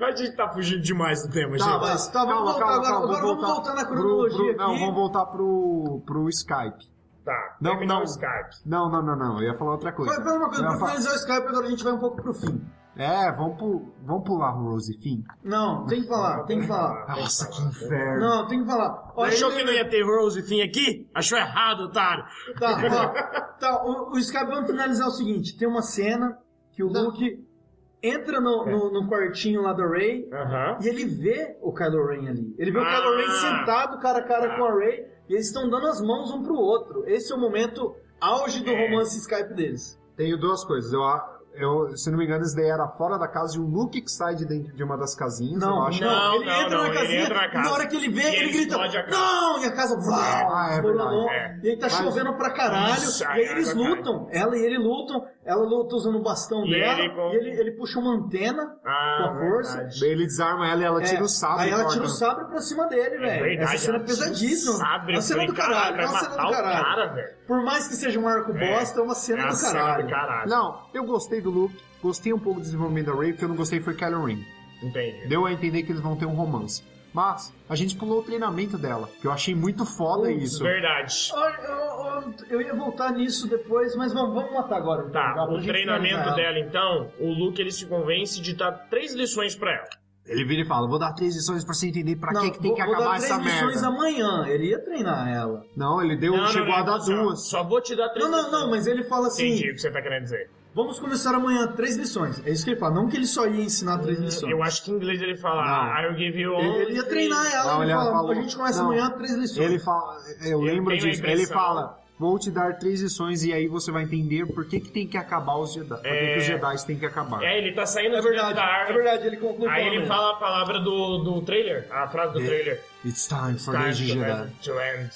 C: A gente tá fugindo demais do tema,
B: Tá,
C: gente.
B: mas tá, vamos voltar agora. Agora vamos voltar na cronologia
D: Pro- pro- Não,
B: aqui.
D: vamos voltar pro, pro Skype.
C: Tá,
D: Não,
C: terminar
D: não.
C: o Skype.
D: Não, não, não, não. Eu ia falar outra coisa.
B: Mas pera uma coisa,
D: Eu ia
B: pra
D: falar-
B: finalizar o Skype, agora a gente vai um pouco pro fim.
D: É, vamos, pu- vamos pular o Rose Finn.
B: Não, tem que falar, tem que falar.
D: Nossa, que inferno.
B: Não, tem que falar. Ó,
C: Achou que
B: tem-
C: não ia ter Rose Fim aqui? Achou errado, otário.
B: Tá, ó, tá o, o Skype, vamos finalizar o seguinte. Tem uma cena que o Luke entra no, no, no quartinho lá da Ray
C: Aham.
B: e ele vê o Kylo Ren ali. Ele vê o
C: Ah.
B: Kylo Ren sentado cara a cara
C: Ah.
B: com a Ray e eles estão dando as mãos um pro outro. Esse é o momento auge do
C: É.
B: romance Skype deles.
D: Tenho duas coisas. Eu, a- eu- se não me engano, isso daí era fora da casa e o Luke que sai de dentro de uma das casinhas, eu
B: Não,
D: acho.
C: Não,
B: ele
C: não,
B: entra
C: não,
B: na
C: ele
B: casinha,
C: entra na casa.
B: na hora que ele vê,
C: E
B: ele,
C: ele
B: grita,
C: explode a casa.
B: não, e a casa
D: Ah, é
B: vai, desmoronou,
C: verdade,
B: e aí tá
D: Mas-
B: chovendo pra caralho,
C: Nossa,
B: e aí eles
C: água cai.
B: lutam, ela e ele lutam, ela luta usando o bastão
C: E
B: dela,
C: ele com-
B: e ele, ele puxa uma antena
C: Ah,
B: com a força,
C: verdade.
D: Ele desarma ela e ela
B: É,
D: tira o sabre.
B: aí ela
D: corta
B: tira o
D: no-
B: sabre pra cima dele, velho,
C: verdade,
B: essa cena é
C: ela tira o
B: pesadíssima,
C: sabre,
B: é uma
C: eu
B: cena
C: falei,
B: do caralho,
C: "Caralho,
B: é uma
C: vai
B: cena
C: matar
B: do
C: o
B: caralho,
C: cara, velho."
B: por mais que seja um arco
C: É.
B: bosta, é uma cena
C: É a
B: do
C: cena
B: caralho,
C: do caralho.
D: Não, eu gostei do Luke, gostei um pouco do desenvolvimento da Ray, porque eu não gostei foi Kylo Ren.
C: Entendi.
D: Deu a entender que eles vão ter um romance. Mas a gente pulou o treinamento dela, que eu achei muito foda
B: Putz,
D: isso.
C: Verdade.
B: Olha, Eu, eu- eu ia voltar nisso depois, mas vamos, vamos matar agora. então,
C: Tá,
B: Dá pra
C: o
B: gente
C: treinamento
B: finalizar ela.
C: dela, então, o Luke ele se convence de dar três lições pra ela.
D: Ele vira e fala: Vou dar três lições pra você entender pra
B: Não,
D: que, que tem
B: vou-
D: que
B: vou dar
D: acabar
B: três
D: essa
B: lições
D: merda.
B: amanhã. Ele ia treinar ela.
D: Não, ele deu,
C: Não, não,
D: chegou
C: não,
D: a dar
C: só-
D: duas.
C: Só vou te dar três
B: Não, não,
C: lições.
B: não, mas ele fala assim:
C: Entendi o que você tá querendo dizer.
B: vamos começar amanhã três lições. É isso que ele fala. Não que ele só ia ensinar três lições.
C: Eu acho que em inglês ele fala,
D: Não.
C: I'll give you
B: Ele,
C: all.
B: ele ia treinar ela
D: Não,
B: e ele
D: ele
B: fala:
D: falou-
B: a gente começa
D: não.
B: amanhã três lições.
D: Ele fala, eu lembro
C: tenho a
D: disso. Ele
C: impressão.
D: fala: Vou te dar três lições e aí você vai entender por que, que tem que acabar os Jedi. Por que,
C: É.
D: que os Jedi têm que acabar.
C: É, ele tá saindo
B: É
C: de dentro
B: verdade,
C: da
B: é
C: árvore.
B: verdade, ele conclui
C: Aí
B: pelo
C: ele
B: menos.
C: fala a palavra do, do trailer, a frase do
D: É.
C: trailer.
D: It's time for
C: Time né?
D: the Jedi.
C: to, to end.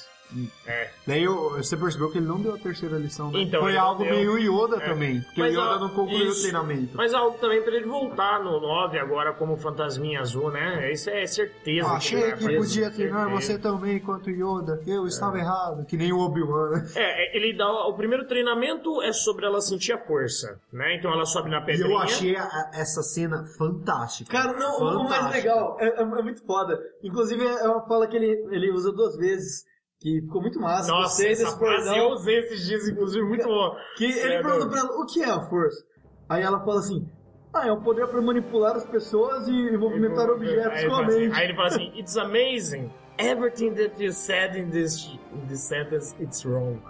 C: É.
D: Daí eu- você percebeu que ele não deu a terceira lição, né?
C: Então,
D: Foi
C: ele
D: algo
C: deu.
D: meio Yoda
C: É.
D: também, porque o
C: Mas,
D: Yoda
C: ó,
D: não concluiu
C: isso.
D: o treinamento.
C: Mas algo também pra ele voltar no 9 agora como fantasminha azul, né? Isso é certeza.
D: Ah,
C: ele
D: Achei
C: vai
D: que
C: aparecer,
D: podia treinar
C: certeza.
D: você também quanto Yoda.
B: É.
D: Eu estava errado, que nem o Obi-Wan. né?
C: É, ele dá. O primeiro treinamento é sobre ela sentir a força, né? Então ela sobe na
D: E
C: pedrinha.
D: eu achei a- essa cena fantástica.
B: Cara, não, o- o mais
D: Fantástica.
B: legal, é, é- é muito foda. Inclusive, é uma fala que ele, ele usa duas vezes, que ficou muito massa.
C: Nossa,
B: Gostei desse
C: essa frase eu
B: bordão.
C: usei esses dias, inclusive, muito bom.
B: Que ele
C: É,
B: pergunta
C: não.
B: pra ela, o que é a força? Aí ela fala assim, ah, é o poder pra manipular as pessoas e movimentar objetos
C: aí, ele
B: com a
C: fala assim,
B: mente.
C: aí ele fala assim, it's amazing. Everything that you said in this, in this sentence, it's wrong.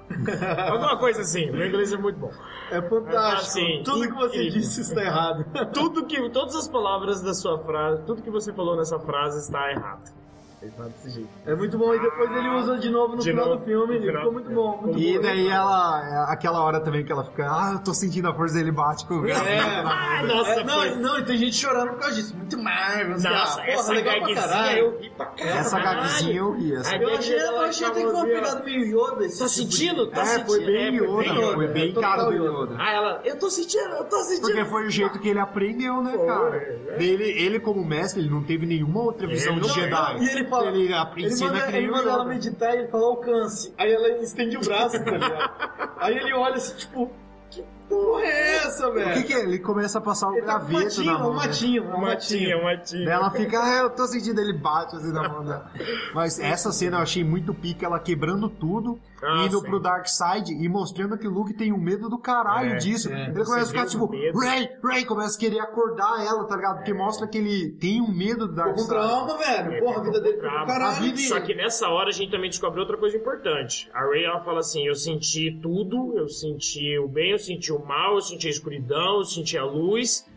C: Alguma coisa assim, meu inglês é muito bom.
B: É
C: Ah,
B: fantástico.
C: sim.
B: Tudo que você
C: Incrível.
B: disse está errado.
C: Tudo que, todas as palavras da sua frase, tudo que você falou nessa frase está errado. Ele fala desse jeito.
B: É muito bom. E depois ele usa de novo no
C: De
B: final
C: novo,
B: do filme.
C: no final.
B: Ficou muito bom. Muito
D: E
B: bom.
D: daí ela, é, aquela hora também que ela fica, ah, eu tô sentindo a força, ele bate com o cara.
B: É.
C: nossa,
B: É, não,
C: foi-
B: não, e tem gente chorando por causa disso. Muito Marvel. assim,
C: Nossa,
B: ah, porra,
C: essa
B: legal pra
C: gaguezinha
B: caralho.
C: eu ri É pra caralho.
D: Essa é gaguezinha eu ri. Essa.
C: Ai,
B: Eu achei, eu achei até que foi uma pegada meio Yoda. Esse
C: Tá
B: tipo de-
C: sentindo? Tá
D: É,
C: sentindo?
D: foi bem
C: É, foi bem
D: Yoda, foi
C: Yoda.
D: bem
B: Total
D: cara do
B: Yoda.
D: Yoda.
C: Ah, ela, eu tô sentindo, eu tô sentindo.
D: Porque foi o jeito que ele aprendeu, né,
C: Foi,
D: cara?
C: é.
D: Ele, ele, como mestre, ele não teve nenhuma outra visão
C: Ele
D: de
C: não-
D: Jedi.
B: E ele fala.
D: Ele aprende
B: ele
D: ensina
B: manda,
D: é que nem
B: ele
D: o
B: manda ela
D: Yoda.
B: meditar e ele fala alcance. Aí ela estende o braço, tá ligado? Aí ele olha assim, tipo, que porra é essa,
D: O que,
B: velho?
D: que é? Ele começa a passar o
B: Ele tá com um
D: graveto na
B: matinho,
D: mão.
B: um
D: né?
B: matinho, um matinho.
C: matinha.
D: Daí ela fica, ah, eu tô sentindo ele bate assim na mão dela. Mas essa cena eu achei muito pica, ela quebrando tudo,
C: Ah,
D: indo
C: sim.
D: pro Dark Side e mostrando que o Luke tem um medo do caralho
C: É,
D: disso.
B: é.
D: ele começa a ficar
C: vê o
D: tipo,
C: medo. É.
D: Ray, Ray, começa a querer acordar ela, tá ligado? Porque mostra que ele tem um medo do
B: Ficou
D: Dark
B: com
D: Side.
B: trauma, velho. Porra, a vida dele ficou
C: Trauma.
B: com caralho.
D: A vida-
B: bicho.
C: Só que nessa hora a gente também descobre outra coisa importante. A Ray ela fala assim: eu senti tudo, eu senti o bem, eu senti o mal, eu senti a escuridão, eu senti a luz,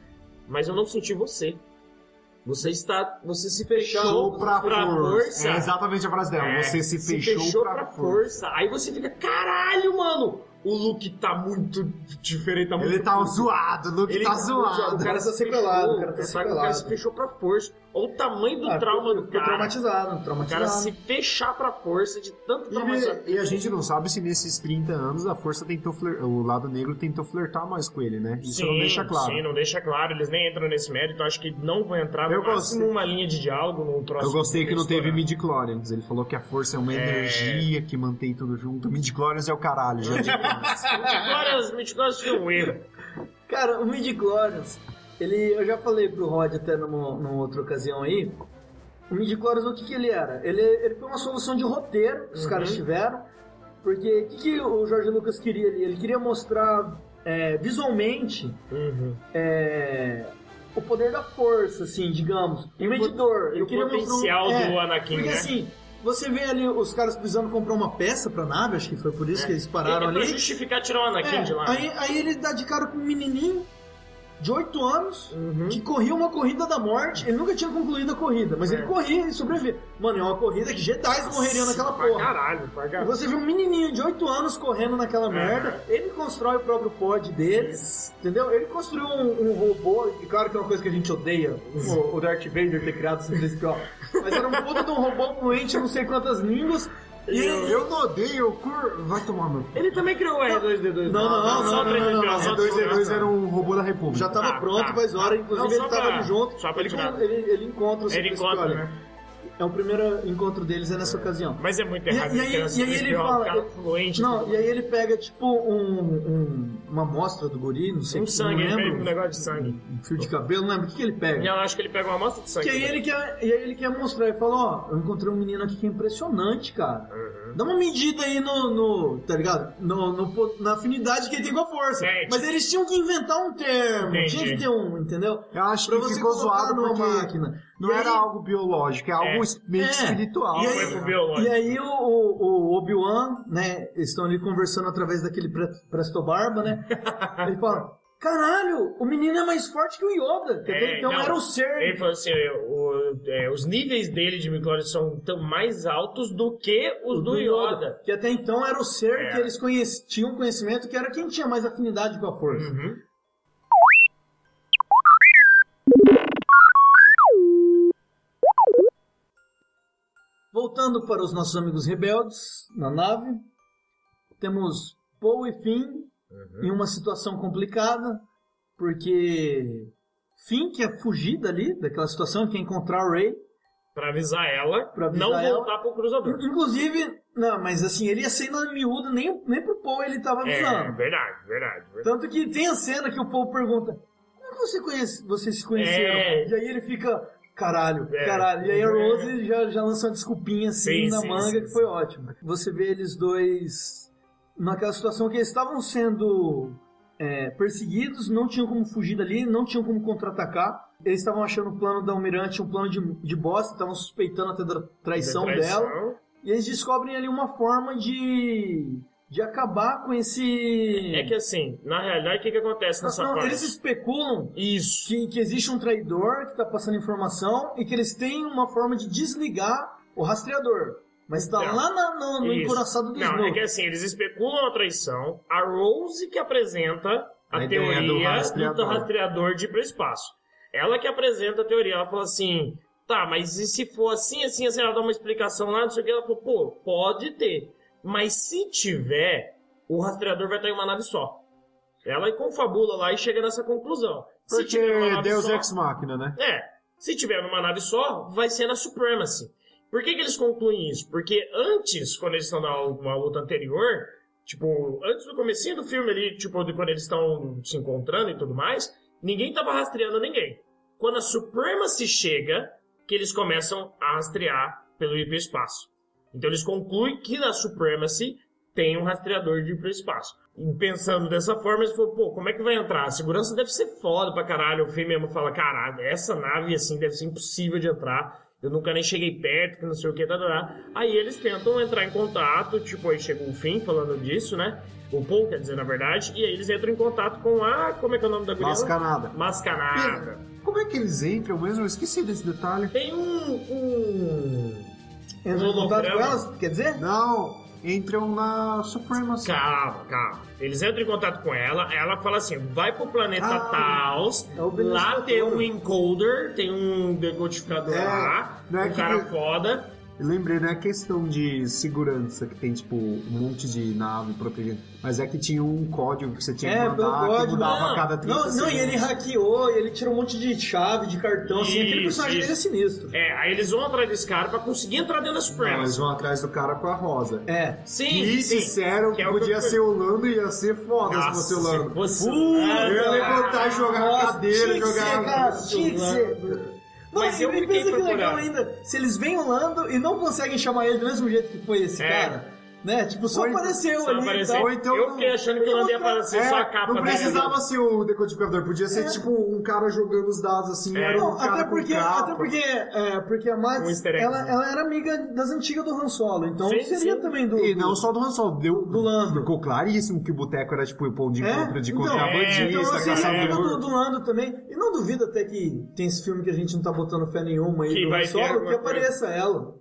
C: mas eu não senti você. Você está, você se fechou
D: Fechou pra, força. É exatamente a frase dela.
C: É,
D: Você se
C: se
D: fechou, pra, força.
C: Aí você fica, caralho, mano, o look tá muito diferente, tá muito
D: Ele tá
C: doido."
D: zoado, o Luke
C: Ele
D: tá
C: tá
D: zoado.
B: O cara tá sequelado, o cara tá
C: Fechou, sabe? O cara se
B: sequelado.
C: fechou pra força. Olha o tamanho do
B: Ah,
C: trauma do
B: ficou
C: cara.
B: traumatizado,
C: O cara
B: traumatizado.
C: se fechar pra força de tanto traumatizado.
D: E, e a gente não sabe se nesses 30 anos a força tentou flir... o lado negro tentou flertar mais com ele, né? Isso não deixa claro.
C: Sim, não deixa claro. Eles nem entram nesse mérito. Acho que não vão entrar
D: Eu
C: no máximo
D: gostei.
C: uma linha de diálogo num troço.
D: Eu gostei que não teve
C: estourado.
D: midi-chlorians. Ele falou que a força é uma
C: É.
D: energia que mantém tudo junto. Midi-chlorians é o caralho, já digo.
C: Agora os Midgords foi um erro.
B: Cara, o Mid Glorious, ele. Eu já falei pro Rod até numa, numa outra ocasião aí. O Mid Glorious, o que, que ele era? Ele, ele foi uma solução de roteiro que os
C: Uhum.
B: caras tiveram. Porque o que, que o Jorge Lucas queria ali? Ele queria mostrar é, visualmente
C: Uhum.
B: é, o poder da força, assim, digamos. O medidor. Ele
C: O
B: queria mostrar um-
C: potencial
B: é,
C: do Anakin,
B: Porque
C: né?
B: assim, você vê ali os caras precisando comprar uma peça pra nave, acho que foi por isso que eles pararam
C: é pra
B: ali.
C: justificar tirar o Anakin
B: É,
C: de lá.
B: aí, aí ele dá de cara com um menininho de 8 anos
C: Uhum.
B: que corria uma corrida da morte. Ele nunca tinha concluído a corrida, mas
C: É.
B: ele corria e sobrevivia. Mano, é uma corrida que Jedi morreriam naquela
C: Pra
B: porra.
C: caralho, pra
B: E
C: caralho.
B: você vê um menininho de 8 anos correndo naquela merda. Ele constrói o próprio pod dele. Entendeu? Ele construiu um, um robô, e claro que é uma coisa que a gente odeia, o, o Darth Vader ter criado esse principal. Mas era um puta de um robô fluente, eu não sei quantas línguas. E ele,
D: Eu não odeio, eu cur... Vai tomar, meu. É,
C: Ele também criou o R2D2.
B: Não, não, não,
C: né? só
B: não,
C: o
B: não, é não,
C: 3DP,
B: não,
C: só o
D: R2D2 era um robô da República.
B: Já tava
C: Tá,
B: pronto
C: tá.
B: faz hora, inclusive
C: Não, só
B: ele tava
C: pra-
B: ali junto.
C: só pra
B: ele,
C: tirar.
B: con- ele, ele encontra o
C: Ele
B: Sacrifício,
C: encontra,
B: olha,
C: né?
B: É o primeiro encontro deles, é nessa ocasião.
C: Mas é muito
B: E-
C: errado.
B: e aí-
C: criança
B: e aí
C: do
B: ele
C: espião,
B: fala-
C: cara fluente.
B: Não, e aí ele pega, tipo, um, um- uma amostra do guri, não sei
C: um
B: não
C: sangue, ele pega um
B: lembro, É.
C: negócio de sangue.
B: um fio de cabelo, não lembro o que, que ele pega.
C: E eu acho que ele pega uma amostra de sangue.
B: Que aí ele quer, e aí ele quer mostrar, ele fala, ó, eu encontrei um menino aqui que é impressionante, cara. Dá uma medida aí no. no tá ligado? No, no po- na afinidade que ele tem com a força.
C: Certo.
B: Mas eles tinham que inventar um termo.
C: Entendi.
B: Tinha que ter um, entendeu?
D: Eu acho
B: Pra
D: que
B: você
D: ficou
B: colocar
D: zoado
B: numa
D: porque
B: máquina.
D: não
B: E aí-
D: era algo biológico, é algo es- meio
B: É.
D: espiritual.
B: E aí-
C: Foi pro
D: né?
B: E
C: biológico.
B: aí o, o- o Obi-Wan, né, eles estão ali conversando através daquele pre- Presto Barba, né? Ele fala, caralho, o menino é mais forte que o Yoda. que
C: É,
B: até então
C: não.
B: era o ser.
C: Ele falou assim: o- é, os níveis dele de micro são tão mais altos do que os
B: o
C: do, Yoda.
B: Que até então era o ser
C: É.
B: que eles conhec- tinham conhecimento, que era quem tinha mais afinidade com a força.
C: Uhum.
B: Voltando para os nossos amigos rebeldes na nave, temos Poe e Finn
C: Uhum.
B: em uma situação complicada, porque Finn quer fugir dali, daquela situação, quer encontrar o Rey.
C: Pra avisar ela,
B: Pra avisar
C: não
B: ela. Então,
C: voltar pro cruzador.
B: Inclusive, não, mas assim, ele ia ser na miúda, nem, nem pro Paul ele tava
C: É,
B: avisando.
C: verdade, verdade. verdade.
B: Tanto que tem a cena que o Paul pergunta: Como que você conhece, vocês se conheceram?
C: É.
B: E aí ele fica. Caralho,
C: É.
B: caralho. E aí a
C: É.
B: Rose já, já lançou uma desculpinha assim
C: Sim,
B: na
C: sim,
B: manga,
C: sim,
B: que
C: sim.
B: foi ótimo. Você vê eles dois naquela situação que eles estavam sendo é, perseguidos, não tinham como fugir dali, não tinham como contra-atacar. Eles estavam achando o plano da Almirante um plano de, de bosta, estavam suspeitando até da traição dela. E eles descobrem ali uma forma de, de acabar com esse.
C: É que assim, na realidade, o que, que acontece nessa
B: Não,
C: parte?
B: eles especulam
C: Isso.
B: que, que existe um traidor que está passando informação e que eles têm uma forma de desligar o rastreador. Mas está
C: Não.
B: lá na- na- no
C: É. Isso.
B: encoraçado do
C: Não, é que
B: Snoke.
C: assim, eles especulam a traição. A Rose que apresenta a,
D: A ideia
C: teoria
D: do
C: do rastreador.
D: rastreador.
C: de ir para espaço. Ela que apresenta a teoria, ela fala assim: tá, mas e se for assim, assim, assim, ela dá uma explicação lá, não sei o que, ela falou, pô, pode ter. Mas se tiver, o rastreador vai estar em uma nave só. Ela confabula lá e chega nessa conclusão. Se tiver uma
D: Porque
C: nave
D: Deus
C: só-
D: Ex Machina, né?
C: é, se tiver numa nave só, vai ser na Supremacy. Por que, que eles concluem isso? Porque antes, quando eles estão na uma luta anterior, tipo, antes do comecinho do filme ali, tipo, de quando eles estão se encontrando e tudo mais, ninguém tava rastreando ninguém. Quando a Supremacy chega, que eles começam a rastrear pelo hiperespaço. Então eles concluem que na Supremacy tem um rastreador de hiperespaço. E pensando dessa forma, eles falaram, pô, como é que vai entrar? A segurança deve ser foda pra caralho. O filme mesmo fala, caralho, essa nave assim deve ser impossível de entrar. Eu nunca nem cheguei perto, que não sei o que, tá, tá, tá. Aí eles tentam entrar em contato, tipo, aí chegou o fim falando disso, né? O Paul, quer dizer, na verdade. E aí eles entram em contato com a... Como é que é o nome da guria?
D: Mascarada.
C: Mascanada.
D: Como é que eles entram mesmo? Eu esqueci desse detalhe.
C: Tem um. um...
B: Entra em contato com
C: holograma.
B: elas, quer dizer?
D: Não, entram na Supremacy.
C: Calma, calma. Eles entram em contato com ela, ela fala assim: vai pro planeta
D: Ah,
C: Taos,
B: é o
C: lá
B: beneficiador.
C: tem um encoder, tem um decodificador
D: É,
C: lá,
D: não é
C: um
D: que-
C: cara foda.
D: Eu Lembrei, não é questão de segurança, que tem, tipo, um monte de nave protegendo. Mas é que tinha um código que você tinha
B: É,
D: que
B: pelo
D: mandar, que
B: código.
D: mudava
C: Não,
D: a cada assim, né? 30
B: Não, não,
D: segundos.
B: e ele hackeou, e ele tirou um monte de chave, de cartão, assim. Aquele
C: Isso,
B: personagem
C: isso.
B: dele é sinistro.
C: É, aí eles vão atrás desse cara pra conseguir entrar dentro da
D: Não, Eles
C: Supremacy.
D: vão atrás do cara com a rosa.
B: É.
C: Sim,
D: E
C: sim.
D: disseram
C: Que
D: que,
C: é o que
D: podia
C: eu-
D: ser o Lando e ia ser foda
C: Nossa,
D: se fosse o
C: se
D: Lando.
C: fosse-
D: Uh, eu ia levantar e jogar
B: Nossa,
D: a cadeira,
B: tinha que
D: jogar
B: ser, cara, tinha que ser. Não,
C: Mas
B: e
C: eu
B: me
C: fiquei
B: pensa que legal
C: procurando.
B: ainda. Se eles vêm o Lando e não conseguem chamar ele do mesmo jeito que foi esse
C: É.
B: cara, né? Tipo, só
D: Foi-
B: apareceu
C: Só
B: ali.
C: apareceu.
D: Ou então
C: eu
D: não-
C: fiquei achando que o Lando ia aparecer
D: É,
C: só a capa
D: não
C: dele.
D: precisava ser o decodificador, podia ser
B: É.
D: tipo um cara jogando os dados assim,
C: É.
D: era um
B: Não,
D: cara
B: até
D: com
B: porque,
D: capa.
B: até porque, é, porque a
C: Um
B: Mads,
C: easter egg,
B: ela,
C: né?
B: ela era amiga das antigas do Han Solo, então
C: Sim,
B: seria
C: sim.
B: também do...
D: E
B: do-
D: não só do Han Solo, deu,
B: Do Lando.
D: Ficou claríssimo que o boteco era tipo o ponto de
B: É?
D: encontro de
B: Então,
D: contrabandista,
B: Então,
C: Isso,
B: assim,
C: cara,
B: seria
C: é.
B: amiga do, do Lando também. E não duvido até que tem esse filme que a gente não tá botando fé nenhuma aí
C: Que
B: do
C: vai
B: Han
C: ter
B: Solo,
C: alguma
B: que apareça ela.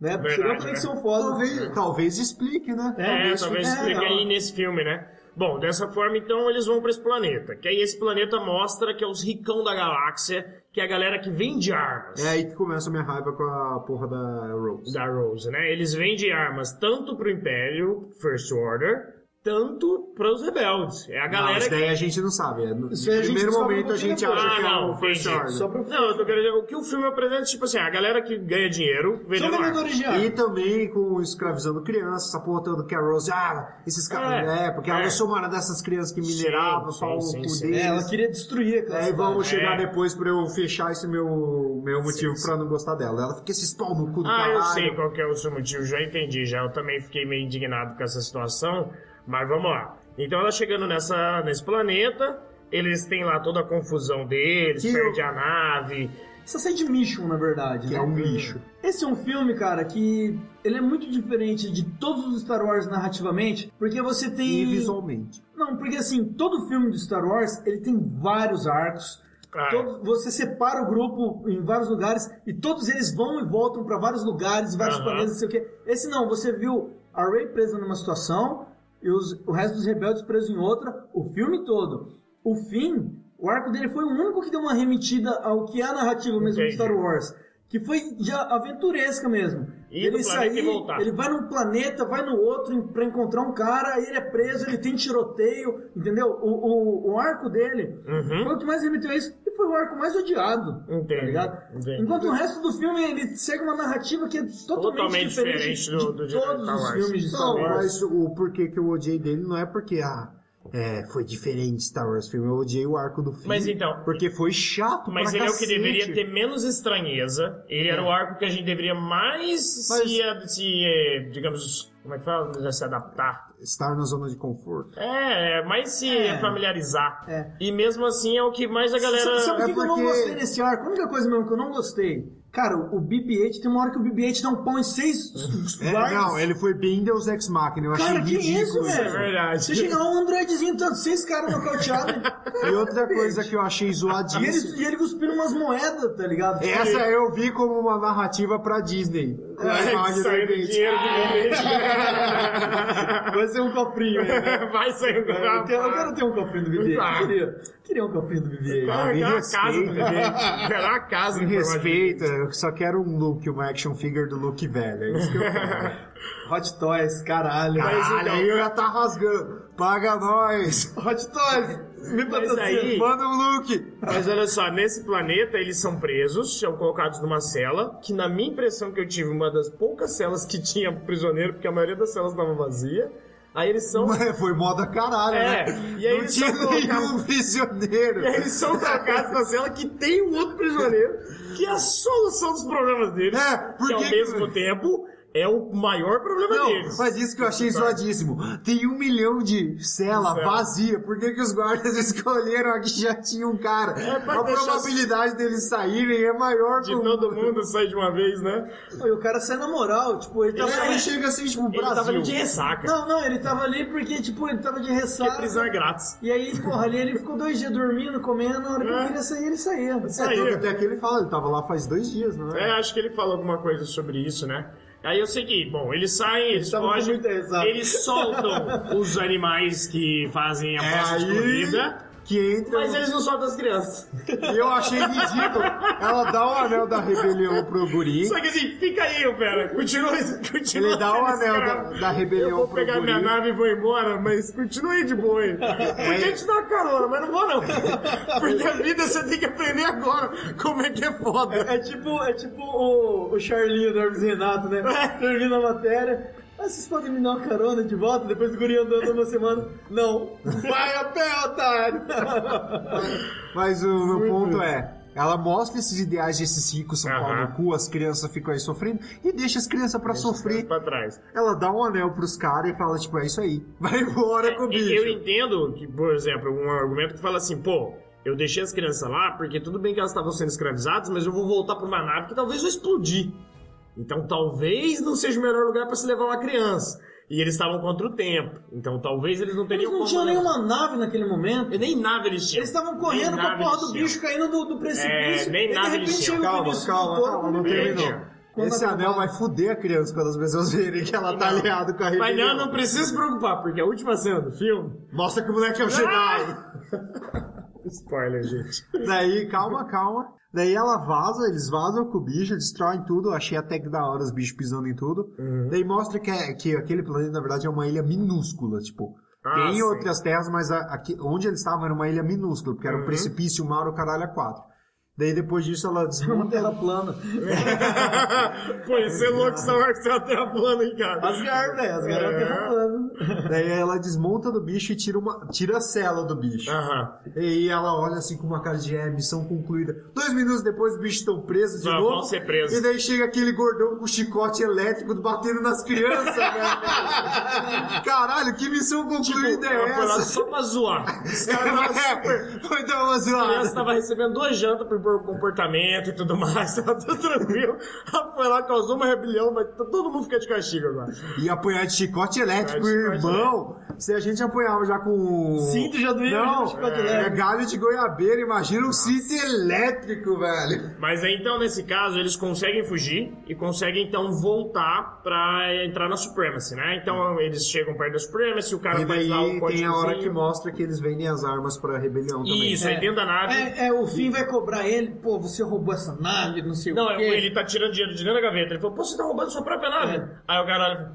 B: Né?
C: Verdade,
B: seria uma
C: né?
B: conexão foda.
D: Talvez, talvez explique, né?
C: É, talvez
B: é,
C: explique
B: não.
C: aí nesse filme, né? Bom, dessa forma, então, eles vão pra esse planeta. Que aí esse planeta mostra que é os ricão da galáxia, que é a galera que vende armas.
D: É aí que começa a minha raiva com a porra da Rose.
C: Da Rose, né? Eles vendem armas tanto pro Império, First Order, tanto para os rebeldes. É a
D: Não,
C: galera
D: isso
C: que.
D: daí a gente não sabe. é. No
B: Isso aí a gente
D: primeiro
B: descobre
D: momento a
B: muito
D: gente
B: depois.
D: acha
C: Ah,
D: que é
C: não,
D: o First
C: entendi.
D: Order.
B: Só pro
C: Não, eu tô querendo dizer, o que o filme apresenta, tipo assim, a galera que ganha dinheiro,
B: Só
C: vendendo arma.
B: vendedores de arma.
D: E também com escravizando crianças, essa porra toda que a Rose, ah, esses caras,
C: É,
D: é, porque
C: é.
D: ela sou uma dessas crianças que minerava
C: sim,
D: para o
C: sim,
D: cu
C: sim.
D: deles.
B: É, ela queria destruir
D: E
B: aquela
D: aí
B: cidade.
D: vamos chegar
C: É.
D: depois pra eu fechar esse meu, meu motivo
C: sim.
D: pra não gostar dela. Ela fica esses pau no cu do
C: Ah,
D: caralho.
C: eu sei qual que é o seu motivo, já entendi, já. Eu também fiquei meio indignado com essa situação, mas vamos lá. Então ela chegando nessa, nesse planeta, eles têm lá toda a confusão deles,
D: Que
C: perde a nave.
B: Essa side mission, na verdade.
D: Que
B: né?
D: é um lixo.
B: Esse é um filme, cara, que ele é muito diferente de todos os Star Wars narrativamente, porque você tem...
D: E visualmente.
B: Não, porque assim, todo filme do Star Wars, ele tem vários arcos.
C: Ah,
B: Todos- você separa o grupo em vários lugares e todos eles vão e voltam pra vários lugares, vários
C: Aham.
B: planetas, não sei o quê. Esse não, você viu a Rey presa numa situação e os- o resto dos rebeldes preso em outra, o filme todo. O fim, o arco dele foi o único que deu uma remetida ao que é a narrativa mesmo
C: Entendi.
B: do Star Wars. Que foi já aventuresca mesmo.
C: Ir do planeta e voltar.
B: ele vai num planeta, vai no outro em- pra encontrar um cara, aí ele é preso, ele tem tiroteio, entendeu? O, o, o arco dele
C: Uhum.
B: foi o que mais remeteu a isso e foi o arco mais odiado.
C: Entendi,
B: Tá ligado?
C: entendi.
B: Enquanto o resto do filme ele segue uma narrativa que é totalmente,
C: Totalmente
B: diferente,
C: diferente do- do
B: de
C: de
B: todos
C: Star
B: os
C: Wars.
B: filmes de Star
D: Não,
B: Wars.
D: mas o porquê que eu odiei dele não é porque, ah, é, foi diferente Star Wars filme. Eu odiei o arco do filme.
C: Mas então-
D: Porque foi chato
C: Mas
D: pra
C: ele é
D: cacete.
C: o que deveria ter menos estranheza. Ele
B: É.
C: era o arco que a gente deveria mais
D: Mas-
C: se, a- se, eh, digamos, como é que fala? Se adaptar.
D: Estar na zona de conforto.
C: É, é, mais se
B: É.
C: familiarizar.
B: É.
C: E mesmo assim é o que mais a galera.
B: Sabe sabe o
D: É
B: que eu não
D: porque-
B: gostei desse arco? A única coisa mesmo que eu não gostei. Cara, o BB-8, tem uma hora que o BB-8 dá um pau em seis
D: É,
B: guardas.
D: não, ele foi bem Deus Ex Machina. Eu achei
B: Cara, que
D: ridículo.
B: isso,
D: isso.
B: velho?
C: É verdade.
B: Você chega lá, um androidezinho, tá seis caras nocauteados.
D: E outra coisa que eu achei
B: E
D: zoadíssima.
B: ele, e ele cuspindo umas moedas, tá ligado? Tipo,
D: Essa é eu vi como uma narrativa pra Disney. Com a
C: Vai
D: imagem do
C: sair do
D: evento.
C: dinheiro do
B: Vai ser um coprinho, né?
C: BB-8. Vai sair um do
B: Eu quero, eu quero ter um coprinho do BB-8.
C: Tá.
B: Queria, queria um coprinho do BB-8.
D: Ah, me
C: Quero é uma casa do BB-8. Quero uma casa no formato
D: respeita. Me
C: de
D: respeita, eu só quero um look, uma action figure do look velho. É isso que eu quero.
B: Hot Toys, caralho.
C: Mas
D: Caralho,
C: então-
D: aí eu já tá rasgando. Paga nós!
B: Hot Toys, me
C: Mas aí-
D: Manda um look!
C: Mas olha só, nesse planeta eles são presos, são colocados numa cela, que na minha impressão que eu tive, uma das poucas celas que tinha prisioneiro, porque a maioria das celas estava vazia. Aí eles são.
D: Mas foi moda caralho,
C: É,
D: né?
C: e aí
D: Não
C: eles
D: tinha
C: só colocavam-
D: nenhum prisioneiro.
C: E aí eles são colocados na cela que tem um outro prisioneiro, que é a solução dos problemas deles.
D: É, porque-
C: Que ao mesmo tempo é o maior problema
D: Não,
C: deles.
D: mas isso que eu achei zoadíssimo. Tem um milhão de cela
C: Tá. Cela.
D: vazia. Por que, que os guardas escolheram a que já tinha um cara?
C: É, pra
D: a
C: deixar-
D: probabilidade deles saírem é maior
C: De
D: com-
C: todo mundo sai de uma vez, né?
B: E o cara sai na moral, tipo, ele
D: Então,
B: tava
D: aí
B: ali.
D: chega assim, tipo,
C: Ele
D: Brasil.
C: tava ali de ressaca.
B: Não, não, ele tava ali porque, tipo, ele tava de
D: tá.
C: Porque
B: ressaca.
C: prisão é grátis.
B: E aí, porra, ali ele ficou dois dias dormindo, comendo, na hora que
C: É.
B: ele queria sair, ele saía.
D: É,
C: aí.
D: tanto até que ele fala, ele tava lá faz dois dias, não
C: É,
D: é?
C: acho que ele falou alguma coisa sobre isso, né? Aí eu sei que, bom, eles saem, eles
B: estavam com
C: fogem,
B: muita ressaca.
C: eles soltam os animais que fazem a aposta de corrida,
D: É que entra. um-
C: mas eles não soltam as crianças.
D: E eu achei ridículo. Ela dá o anel da rebelião pro guri.
C: Só que assim, fica aí, pera, continua, continua
D: Ele dá o
C: sendo
D: anel
C: escravo.
D: da- da rebelião
C: Eu vou
D: pro
C: pegar minha
D: guri. É.
C: nave e vou embora, mas continue aí de boa aí. Podia te dar carona, mas não vou não. Porque a vida você tem que aprender agora como é que é foda.
B: É tipo, é tipo o, o Charlinho do Hermes e Renato, né? Termina a matéria. Ah, vocês podem me dar uma carona de volta depois do guri andando uma semana? Não. Vai a pé, otário!
D: Mas o meu ponto é. Ela mostra esses ideais desses ricos São Paulo
C: Aham.
D: no cu, as crianças ficam aí sofrendo e deixa as crianças pra sofrer.
C: Pra trás.
D: Ela dá um anel pros caras e fala, tipo, é isso aí. Vai embora com o bicho.
C: E É, Eu entendo que, por exemplo, um argumento que fala assim, pô, eu deixei as crianças lá porque tudo bem que elas estavam sendo escravizadas, mas eu vou voltar pra uma nave que talvez eu explodir. Então talvez não seja o melhor lugar pra se levar uma criança. E eles estavam contra o tempo. Então talvez eles não
B: Eles
C: teriam
B: não
C: como
B: tinham
C: levar.
B: nenhuma nave naele momento.
C: E Nem nave eles tinham.
B: Eles estavam correndo com
C: Nem
B: a
C: nave
B: porra
C: eles
B: do
C: tinham.
B: bicho caindo do, do precipício.
C: É, nem
B: e de
C: nave
B: repente
C: eles tinham.
B: chega o
D: Calma,
B: Vinícius
D: calma,
B: do Toro
D: calma,
B: com
D: não
B: o
C: Bebê.
D: terminou.
B: Quando
D: Esse
B: acabar-
D: anel vai foder a criança quando as pessoas verem que ela tá
C: Não.
D: aliada com a
C: Mas
D: rebelião.
C: não, não precisa se preocupar, porque a última cena do filme.
D: Mostra que o
C: Ah!
D: moleque é um Jedi.
C: Spoiler, gente.
D: Daí, calma, calma. Daí ela vaza, eles vazam com o bicho, destroem tudo. Achei até que da hora os bichos pisando em tudo. Daí mostra que, é- que aquele planeta, na verdade, é uma ilha minúscula, tipo.
C: Ah,
D: Tem
C: sim.
D: outras terras, mas a- aqui- onde eles estavam era uma ilha minúscula, porque era um
C: Uhum.
D: precipício, uma hora o caralho a quatro. Daí depois disso ela
B: Uma
D: desmonta.
B: terra plana.
C: Pô, esse é louco, Star Wars tem uma terra plana, hein, cara?
B: Asgard, velho. Asgard é
C: Uhum.
B: uma terra plana.
D: daí ela desmonta do bicho e tira, uma, tira a cela do bicho.
C: Aham.
D: E ela olha assim com uma cara de é, missão concluída. Dois minutos depois os bichos estão presos de
C: Vão-
D: novo.
C: vão ser presos.
D: E daí chega aquele gordão com chicote elétrico batendo nas crianças, velho. Caralho, que missão concluída
C: Tipo,
D: é
C: ela foi lá
D: essa?
C: só pra zoar. Os caras lá super...
D: É, Foi dar uma
C: A criança
D: zoada.
C: tava recebendo duas jantas por- por comportamento e tudo mais, tava tudo tranquilo. Ela foi lá, causou uma rebelião, mas t- todo mundo fica de castigo agora.
D: E apanhar de chicote elétrico,
C: É, chicote
D: irmão. Se a gente apanhava já com.
B: Cinto de aduíno, já
D: Não,
B: chicote
D: é,
B: elétrico.
D: galho de goiabeira, imagina um cinto elétrico, velho.
C: Mas aí, então, nesse caso, eles conseguem fugir e conseguem, então, voltar pra entrar na Supremacy, né? Então, eles chegam perto da Supremacy, o cara
D: E
C: faz lá o
D: daí tem a hora que
C: códigozinho.
D: mostra que eles vendem as armas pra rebelião também.
C: Isso, aí dentro da nave...
B: É, é, o Finn vai cobrar ele. Pô, você roubou essa nave, não sei
C: Não,
B: o
C: é,
B: quê.
C: ele tá tirando dinheiro de dentro da gaveta. Ele falou, pô, você tá roubando sua própria nave.
B: É.
C: Aí o cara olha,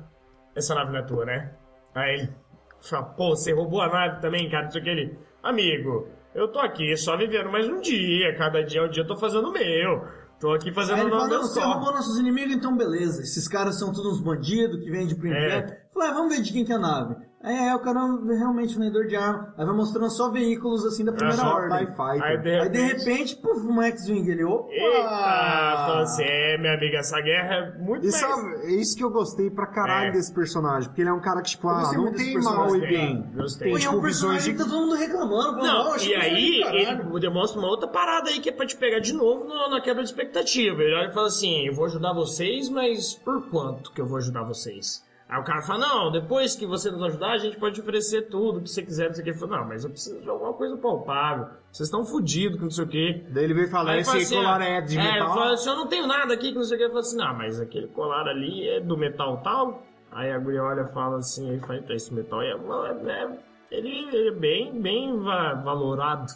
C: essa nave não é tua, né? Aí ele fala, pô, você roubou a nave também, cara, isso aqui. Ele, amigo, eu tô aqui só vivendo mais um dia. Cada dia é um dia, eu tô fazendo o meu. Tô aqui
B: Aí
C: fazendo o
B: ele fala,
C: meu
B: não, você
C: só.
B: roubou nossos inimigos, então beleza. Esses caras são todos uns bandidos que vendem
C: É.
B: pro inferno. Falei, ah, vamos ver de quem que é a nave. Aí, aí o cara é realmente um vendedor de arma. Aí vai mostrando só veículos assim da primeira
C: só
B: ordem.
D: TIE É Fighter.
C: Aí de
B: Aí de
C: repente...
B: repente, puf, um X-Wing, ele, opa! um
C: Eita, fala assim, é, minha amiga, essa guerra é muito
D: E
C: mais...
D: sabe, é isso que eu gostei pra caralho
C: É. assim,
D: desse personagem, porque ele é um cara que, tipo,
B: Eu
D: ah,
B: gostei
D: não
B: muito desse
D: tem mal e
C: Gostei,
D: bem.
C: Gostei.
B: Pô, e é um
D: tipo, visões
B: personagem
D: de-
B: que tá todo mundo reclamando. falando, "Ó,
C: Não,
B: achei
C: e
B: um
C: aí
B: personagem do caralho."
C: ele demonstra uma outra parada aí que é pra te pegar de novo no- na quebra de expectativa. Ele olha e fala assim: eu vou ajudar vocês, mas por quanto que eu vou ajudar vocês? Aí o cara fala: não, depois que você nos ajudar, a gente pode te oferecer tudo que você quiser. Não sei o que. Ele fala: não, mas eu preciso de alguma coisa palpável. Vocês estão fodidos com não sei o que.
D: Daí ele veio falar,
C: Aí
D: esse
C: fala
D: aí
C: assim,
D: colar
C: ó,
D: é de
C: é,
D: metal.
C: fala assim, eu não tenho nada aqui que não sei o que. Ele fala assim, não, mas aquele colar ali é do metal tal. Aí a guria olha e fala assim, aí fala, então esse metal é, é- é- ele, ele é bem, bem va- valorado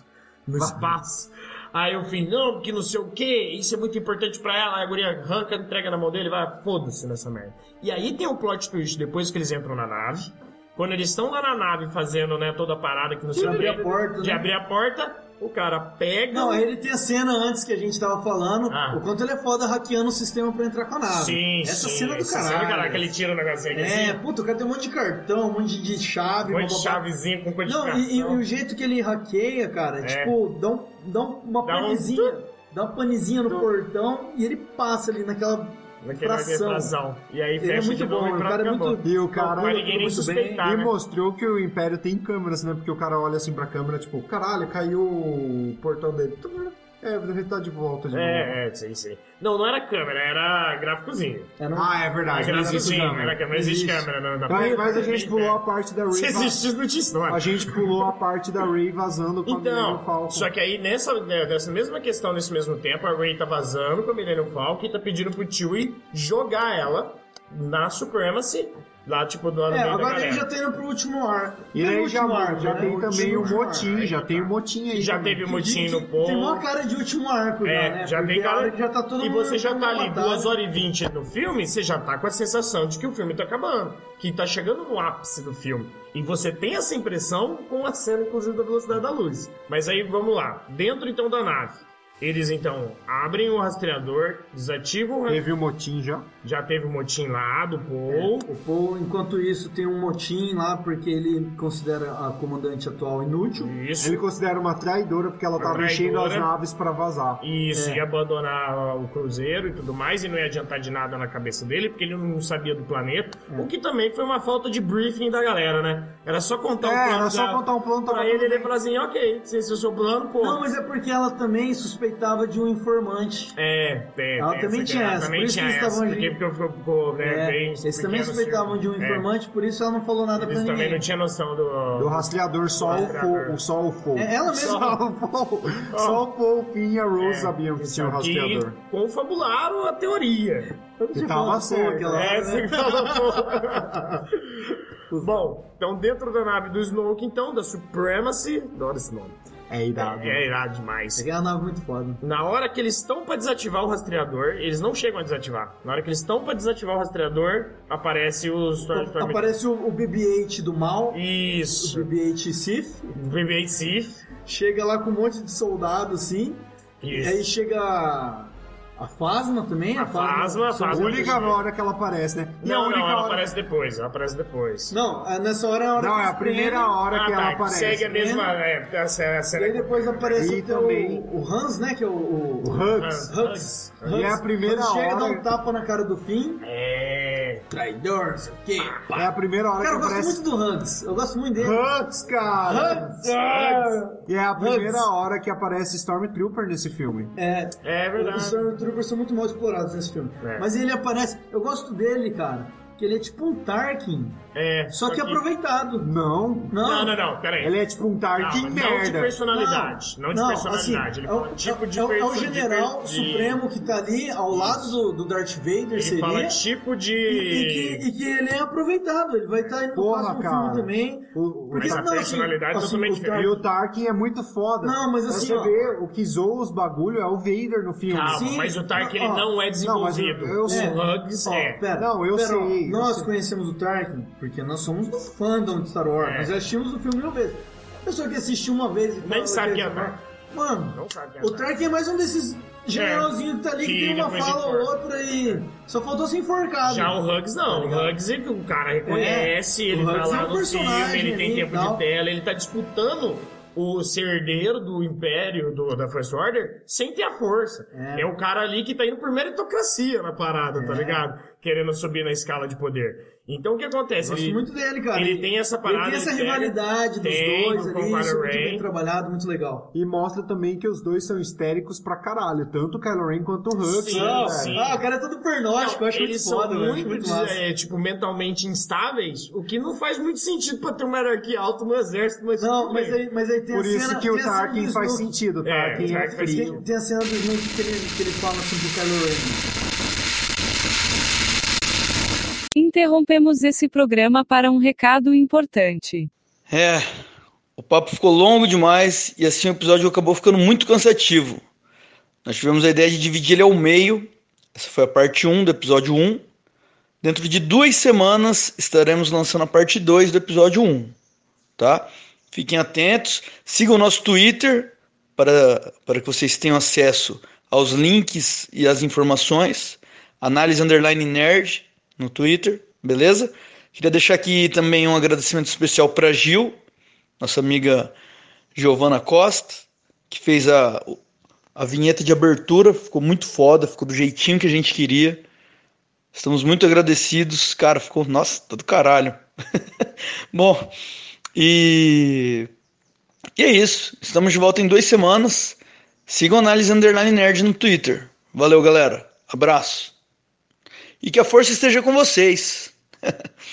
C: no espaço. Aí eu fim, não, porque não sei o que, isso é muito importante pra ela. Aí a guria arranca, entrega na mão dele, vai, foda-se nessa merda. E aí tem o plot twist, depois que eles entram na nave, quando eles estão lá na nave fazendo, né, toda a parada que não sei
B: De
C: o
B: abrir
C: quê,
B: a porta,
C: de
B: né?
C: abrir a porta, o cara pega... um
B: Não, é aí ele tem a cena antes que a gente tava falando,
C: Ah.
B: o quanto ele é foda hackeando o sistema pra entrar com a nave.
C: Sim,
B: Essa
C: sim,
B: cena do
C: essa é
B: caralho.
C: que ele tira o negocinho aqui.
B: É,
C: assim,
B: puta, o cara tem um monte de cartão, um monte de chave,
C: um
B: blá, blá,
C: monte de
B: blá.
C: chavezinha com
B: Não,
C: codificação.
B: e, e- e o jeito que ele hackeia, cara,
C: É.
B: tipo, dá, um- dá um- uma
C: Dá um
B: panezinha. Dá uma panezinha no
C: tum.
B: portão e ele passa ali naquela.
C: Naquela
B: fração.
C: fração. E aí
B: Ele
C: fecha
B: é muito
C: de novo
B: bom,
C: e
B: o
C: pronto,
B: cara é
C: acabou.
B: muito-
D: E o
C: Não vai
D: cara. é
C: ninguém nem
B: muito bem,
C: suspeitar,
D: E
C: né?
D: mostrou que o Império tem câmeras, né? Porque o cara olha assim pra câmera, tipo, caralho, caiu o portão dele. Tum, É, deve estar de volta de novo.
C: É, é, sim, sim. Não, não era câmera, era gráficozinho.
B: Era um-
D: Ah, é verdade.
C: era
D: não existe
C: gráficozinho,
D: câmera.
C: era câmera. Não assim, existe,
B: Existe.
C: câmera na, na
D: Mas, mas a gente pulou a parte da
C: Se
D: Ray. va-
C: existe, não tinha
D: A
C: história.
D: gente pulou a parte da Ray vazando com a menina
C: Então,
D: do Falcon.
C: só que aí nessa, né, nessa mesma questão, nesse mesmo tempo, a Ray tá vazando com a Millennium Falcon e tá pedindo pro Chewie jogar ela na Supremacy, lá tipo do lado
B: É,
C: meio da
B: agora ele
C: galera.
B: já tá indo pro último ar.
D: E
B: Não é
D: daí
B: o
D: já,
B: último arco,
D: já
B: né?
D: tem
B: O
D: também
B: último
D: o
B: último
D: motim,
B: arco.
D: já tem o motim aí.
C: tá. Já
D: também.
C: teve
B: Que-
C: motim
B: que-
C: um no ponto.
B: Tem uma cara de último arco, já,
C: É,
B: né?
C: já
B: Porque
C: tem
B: a
C: cara.
B: hora que já tá todo
C: e
B: mundo
C: você já tá ali
B: matado.
C: 2 horas e 20 no filme, você já tá com a sensação de que o filme tá acabando. Que tá chegando no ápice do filme. E você tem essa impressão com a cena, inclusive, da velocidade da luz. Mas aí vamos lá. Dentro então da nave. Eles então abrem o rastreador, desativam o rastreador.
D: Teve o motim já.
C: Já teve o motim lá do Paul.
B: O Paul, enquanto isso, tem um motim lá porque ele considera a comandante atual inútil.
C: Isso.
D: Ele considera uma traidora porque ela
C: Uma
D: tava enchendo as
C: traidora.
D: naves pra vazar.
C: Isso,
B: É.
C: ia abandonar o cruzeiro e tudo mais, e não ia adiantar de nada na cabeça dele, porque ele não sabia do planeta.
B: É.
C: O que também foi uma falta de briefing da galera, né? Era só contar o
D: é,
C: plano
D: era só
C: da-
D: contar um plano, tava
C: pra
D: tudo
C: ele, ele
D: bem.
C: falou assim, ok, se esse é o seu plano, pô...
B: Não, mas é porque ela também suspeitava de um informante.
C: É, tem,
B: Ela
C: tem
B: também tinha
C: ela
B: essa,
C: também
B: por isso
C: tinha
B: que eles
C: essa,
B: estavam
C: porque,
B: ali.
C: porque eu fico, pô, né,
B: É,
C: bem
B: eles também
C: pequeno,
B: suspeitavam de um
C: assim, é.
B: informante, por isso ela não falou nada
C: Eles
B: pra
C: também não
B: ninguém.
C: tinham noção do...
D: Do rastreador só o
C: Rastreador.
D: Paul, só o Paul.
B: É, ela mesma.
D: Só o Paul, só o Paul, o Finn e a Rose
C: É,
D: sabiam que tinha o
C: que
D: rastreador.
C: confabularam a teoria.
D: E tava certo.
B: É,
C: É, você
D: né?
C: fala, pô. Bom, então dentro da nave do Snoke, então, da Supremacy, adoro esse nome.
D: É irado.
C: É irado demais.
B: Aquela nave é muito foda.
C: Na hora que eles estão pra desativar o rastreador, eles não chegam a desativar. Na hora que eles estão pra desativar o rastreador, aparece o Storm Storm.
B: Aparece o, o BB-8 do mal, o
C: Isso.
B: BB-8 Sith,
C: O BB-8 Sith.
B: chega lá com um monte de soldado assim, e aí
C: Isso.
B: chega a a Fasma também?
C: A Phasma, a
D: A
C: Phasma.
D: única hora que ela aparece, né? E a
C: Não,
D: única
C: não, ela
D: hora...
C: aparece depois. Ela aparece depois.
B: Não, ah, nessa hora é a hora
D: Não,
B: que
D: é a
B: eles
D: primeira
B: prendem,
D: hora que
C: Ah,
D: ela
C: tá,
D: aparece.
C: Segue a mesma. É, a, sé- a,
B: E aí
C: série-
B: depois aparece
D: E
B: até
D: também-
B: o, o Hans, né? Que é o. O,
D: O
B: Hans.
D: Hugs.
C: Ah,
B: Hans.
D: E é a primeira
B: Hans chega,
D: hora-
B: dá um tapa na cara do Finn.
C: é.
B: Traidor, sei o quê.
C: Ah,
D: É a primeira hora
B: Cara, eu
D: que
B: gosto
D: aparece.
B: muito do Hans. Eu gosto muito dele.
D: Hugs, cara!
C: Ah,
D: E é a primeira
B: Hugs.
D: hora que aparece Stormtrooper nesse filme.
B: É,
C: É
B: os
C: verdade.
B: Stormtroopers são muito mal explorados nesse filme.
C: É.
B: Mas ele aparece. Eu gosto dele, cara. Que ele é tipo um Tarkin,
C: É.
B: só que
C: aproveita.
B: aproveitado.
D: Não.
B: Não,
C: Não, não, não, peraí.
D: Ele é tipo um Tarkin
C: não, mas não de
D: merda.
C: personalidade. Não, de
B: não,
C: personalidade.
B: assim,
C: ele
B: é o-
C: fala tipo de
B: é o- é o
C: perso- de
B: general
C: per- de-
B: supremo que tá ali ao lado do, do Darth Vader.
C: Ele
B: seria.
C: fala tipo de.
B: E, e que, e que ele é aproveitado, ele vai estar indo no
D: Porra,
B: próximo
D: cara.
B: filme também.
D: O- o-
B: Porque- assim,
C: Mas a personalidade é totalmente
B: o Tar-
D: E o Tarkin é muito foda.
B: Não, mas
D: Pra
B: assim,
D: Você
B: ó.
D: vê, o que zoa os bagulho é o Vader no filme.
C: Calma,
B: Sim.
C: mas o Tark ele
B: Ó,
C: não é
D: não, mas eu-
C: desenvolvido.
D: eu
C: o
D: sei.
B: um
C: Hugs
B: Ó,
C: é.
B: pera,
D: Não, eu
B: pera,
D: sei,
B: ó,
D: eu
B: nós
D: sei.
B: conhecemos o Tarkin porque nós somos do fandom de Star Wars.
C: É.
B: Nós já assistimos o filme mil vezes. A pessoa que assistiu uma vez e fala,
C: sabe
B: "Ok,
C: quem é
B: tá bom."
C: Tarkin.
B: Mano,
C: Não sabe quem é
B: o Tarkin é mais um desses generalzinhos que tá ali que,
C: Que
B: tem uma
C: depois
B: fala ou
C: enforca.
B: outra e só faltou né? ser enforcado.
C: Já o Hugs não.
B: tá ligado?
C: o Hugs é que o cara reconhece,
B: É.
C: ele
B: O
C: tá
B: Hugs é
C: lá
B: um
C: no filme,
B: personagem
C: ele tem
B: ali e
C: tempo
B: tal.
C: de tela, ele tá disputando o ser herdeiro do Império, do, da First Order, sem ter a força.
B: É.
C: É. o cara ali que tá indo por meritocracia na parada, tá ligado? Querendo subir na escala de poder. Então o que
B: Eu
C: acontece?
B: gosto
C: Ele,
B: muito dele, cara.
C: ele tem essa parada.
B: Ele tem essa
C: ele pega-
B: rivalidade dos
C: Tem,
B: dois
C: com
B: ali, isso
C: o
B: é muito
C: Kylo
B: bem
C: Ren.
B: trabalhado, muito legal.
D: E mostra também que os dois são histéricos pra caralho. Tanto o Kylo Ren quanto o Hux.
C: Sim,
D: né,
B: Não,
C: sim.
B: Ah, o cara é todo pernóstico, eu acho
C: eles
B: muito foda,
C: são
B: eu acho
C: muito,
B: muito
C: des-
B: massa.
C: é, tipo, mentalmente instáveis, o que não faz muito sentido pra ter uma hierarquia alta no exército, mas
B: Não,
C: tudo
B: mas é
C: bem.
B: aí, mas aí tem
D: Por
B: a
D: isso
B: cena,
D: que
B: tem
D: o
B: a cena
D: Tarkin
B: do
D: faz
B: Snoke.
D: sentido. O
C: É,
D: Tarkin
C: o
D: é
C: Tarkin faz
D: frio.
B: Tem, tem a cena do Snoke que ele, que ele fala assim pro Kylo Ren.
E: Interrompemos esse programa para um recado importante.
A: É, o papo ficou longo demais e assim o episódio acabou ficando muito cansativo. Nós tivemos a ideia de dividir ele ao meio. Essa foi a parte 1 do episódio 1. Dentro de duas semanas estaremos lançando a parte 2 do episódio 1, tá? Fiquem atentos, sigam o nosso Twitter para, para que vocês tenham acesso aos links e às informações. Análise Underline Nerd no Twitter, beleza? Queria deixar aqui também um agradecimento especial para Gil, nossa amiga Giovana Costa, que fez a, a vinheta de abertura, ficou muito foda, ficou do jeitinho que a gente queria. Estamos muito agradecidos, cara, ficou, nossa, tá do caralho. Bom, e, e é isso, estamos de volta em duas semanas. Sigam a Análise Underline Nerd no Twitter. Valeu, galera, abraço. E que a força esteja com vocês.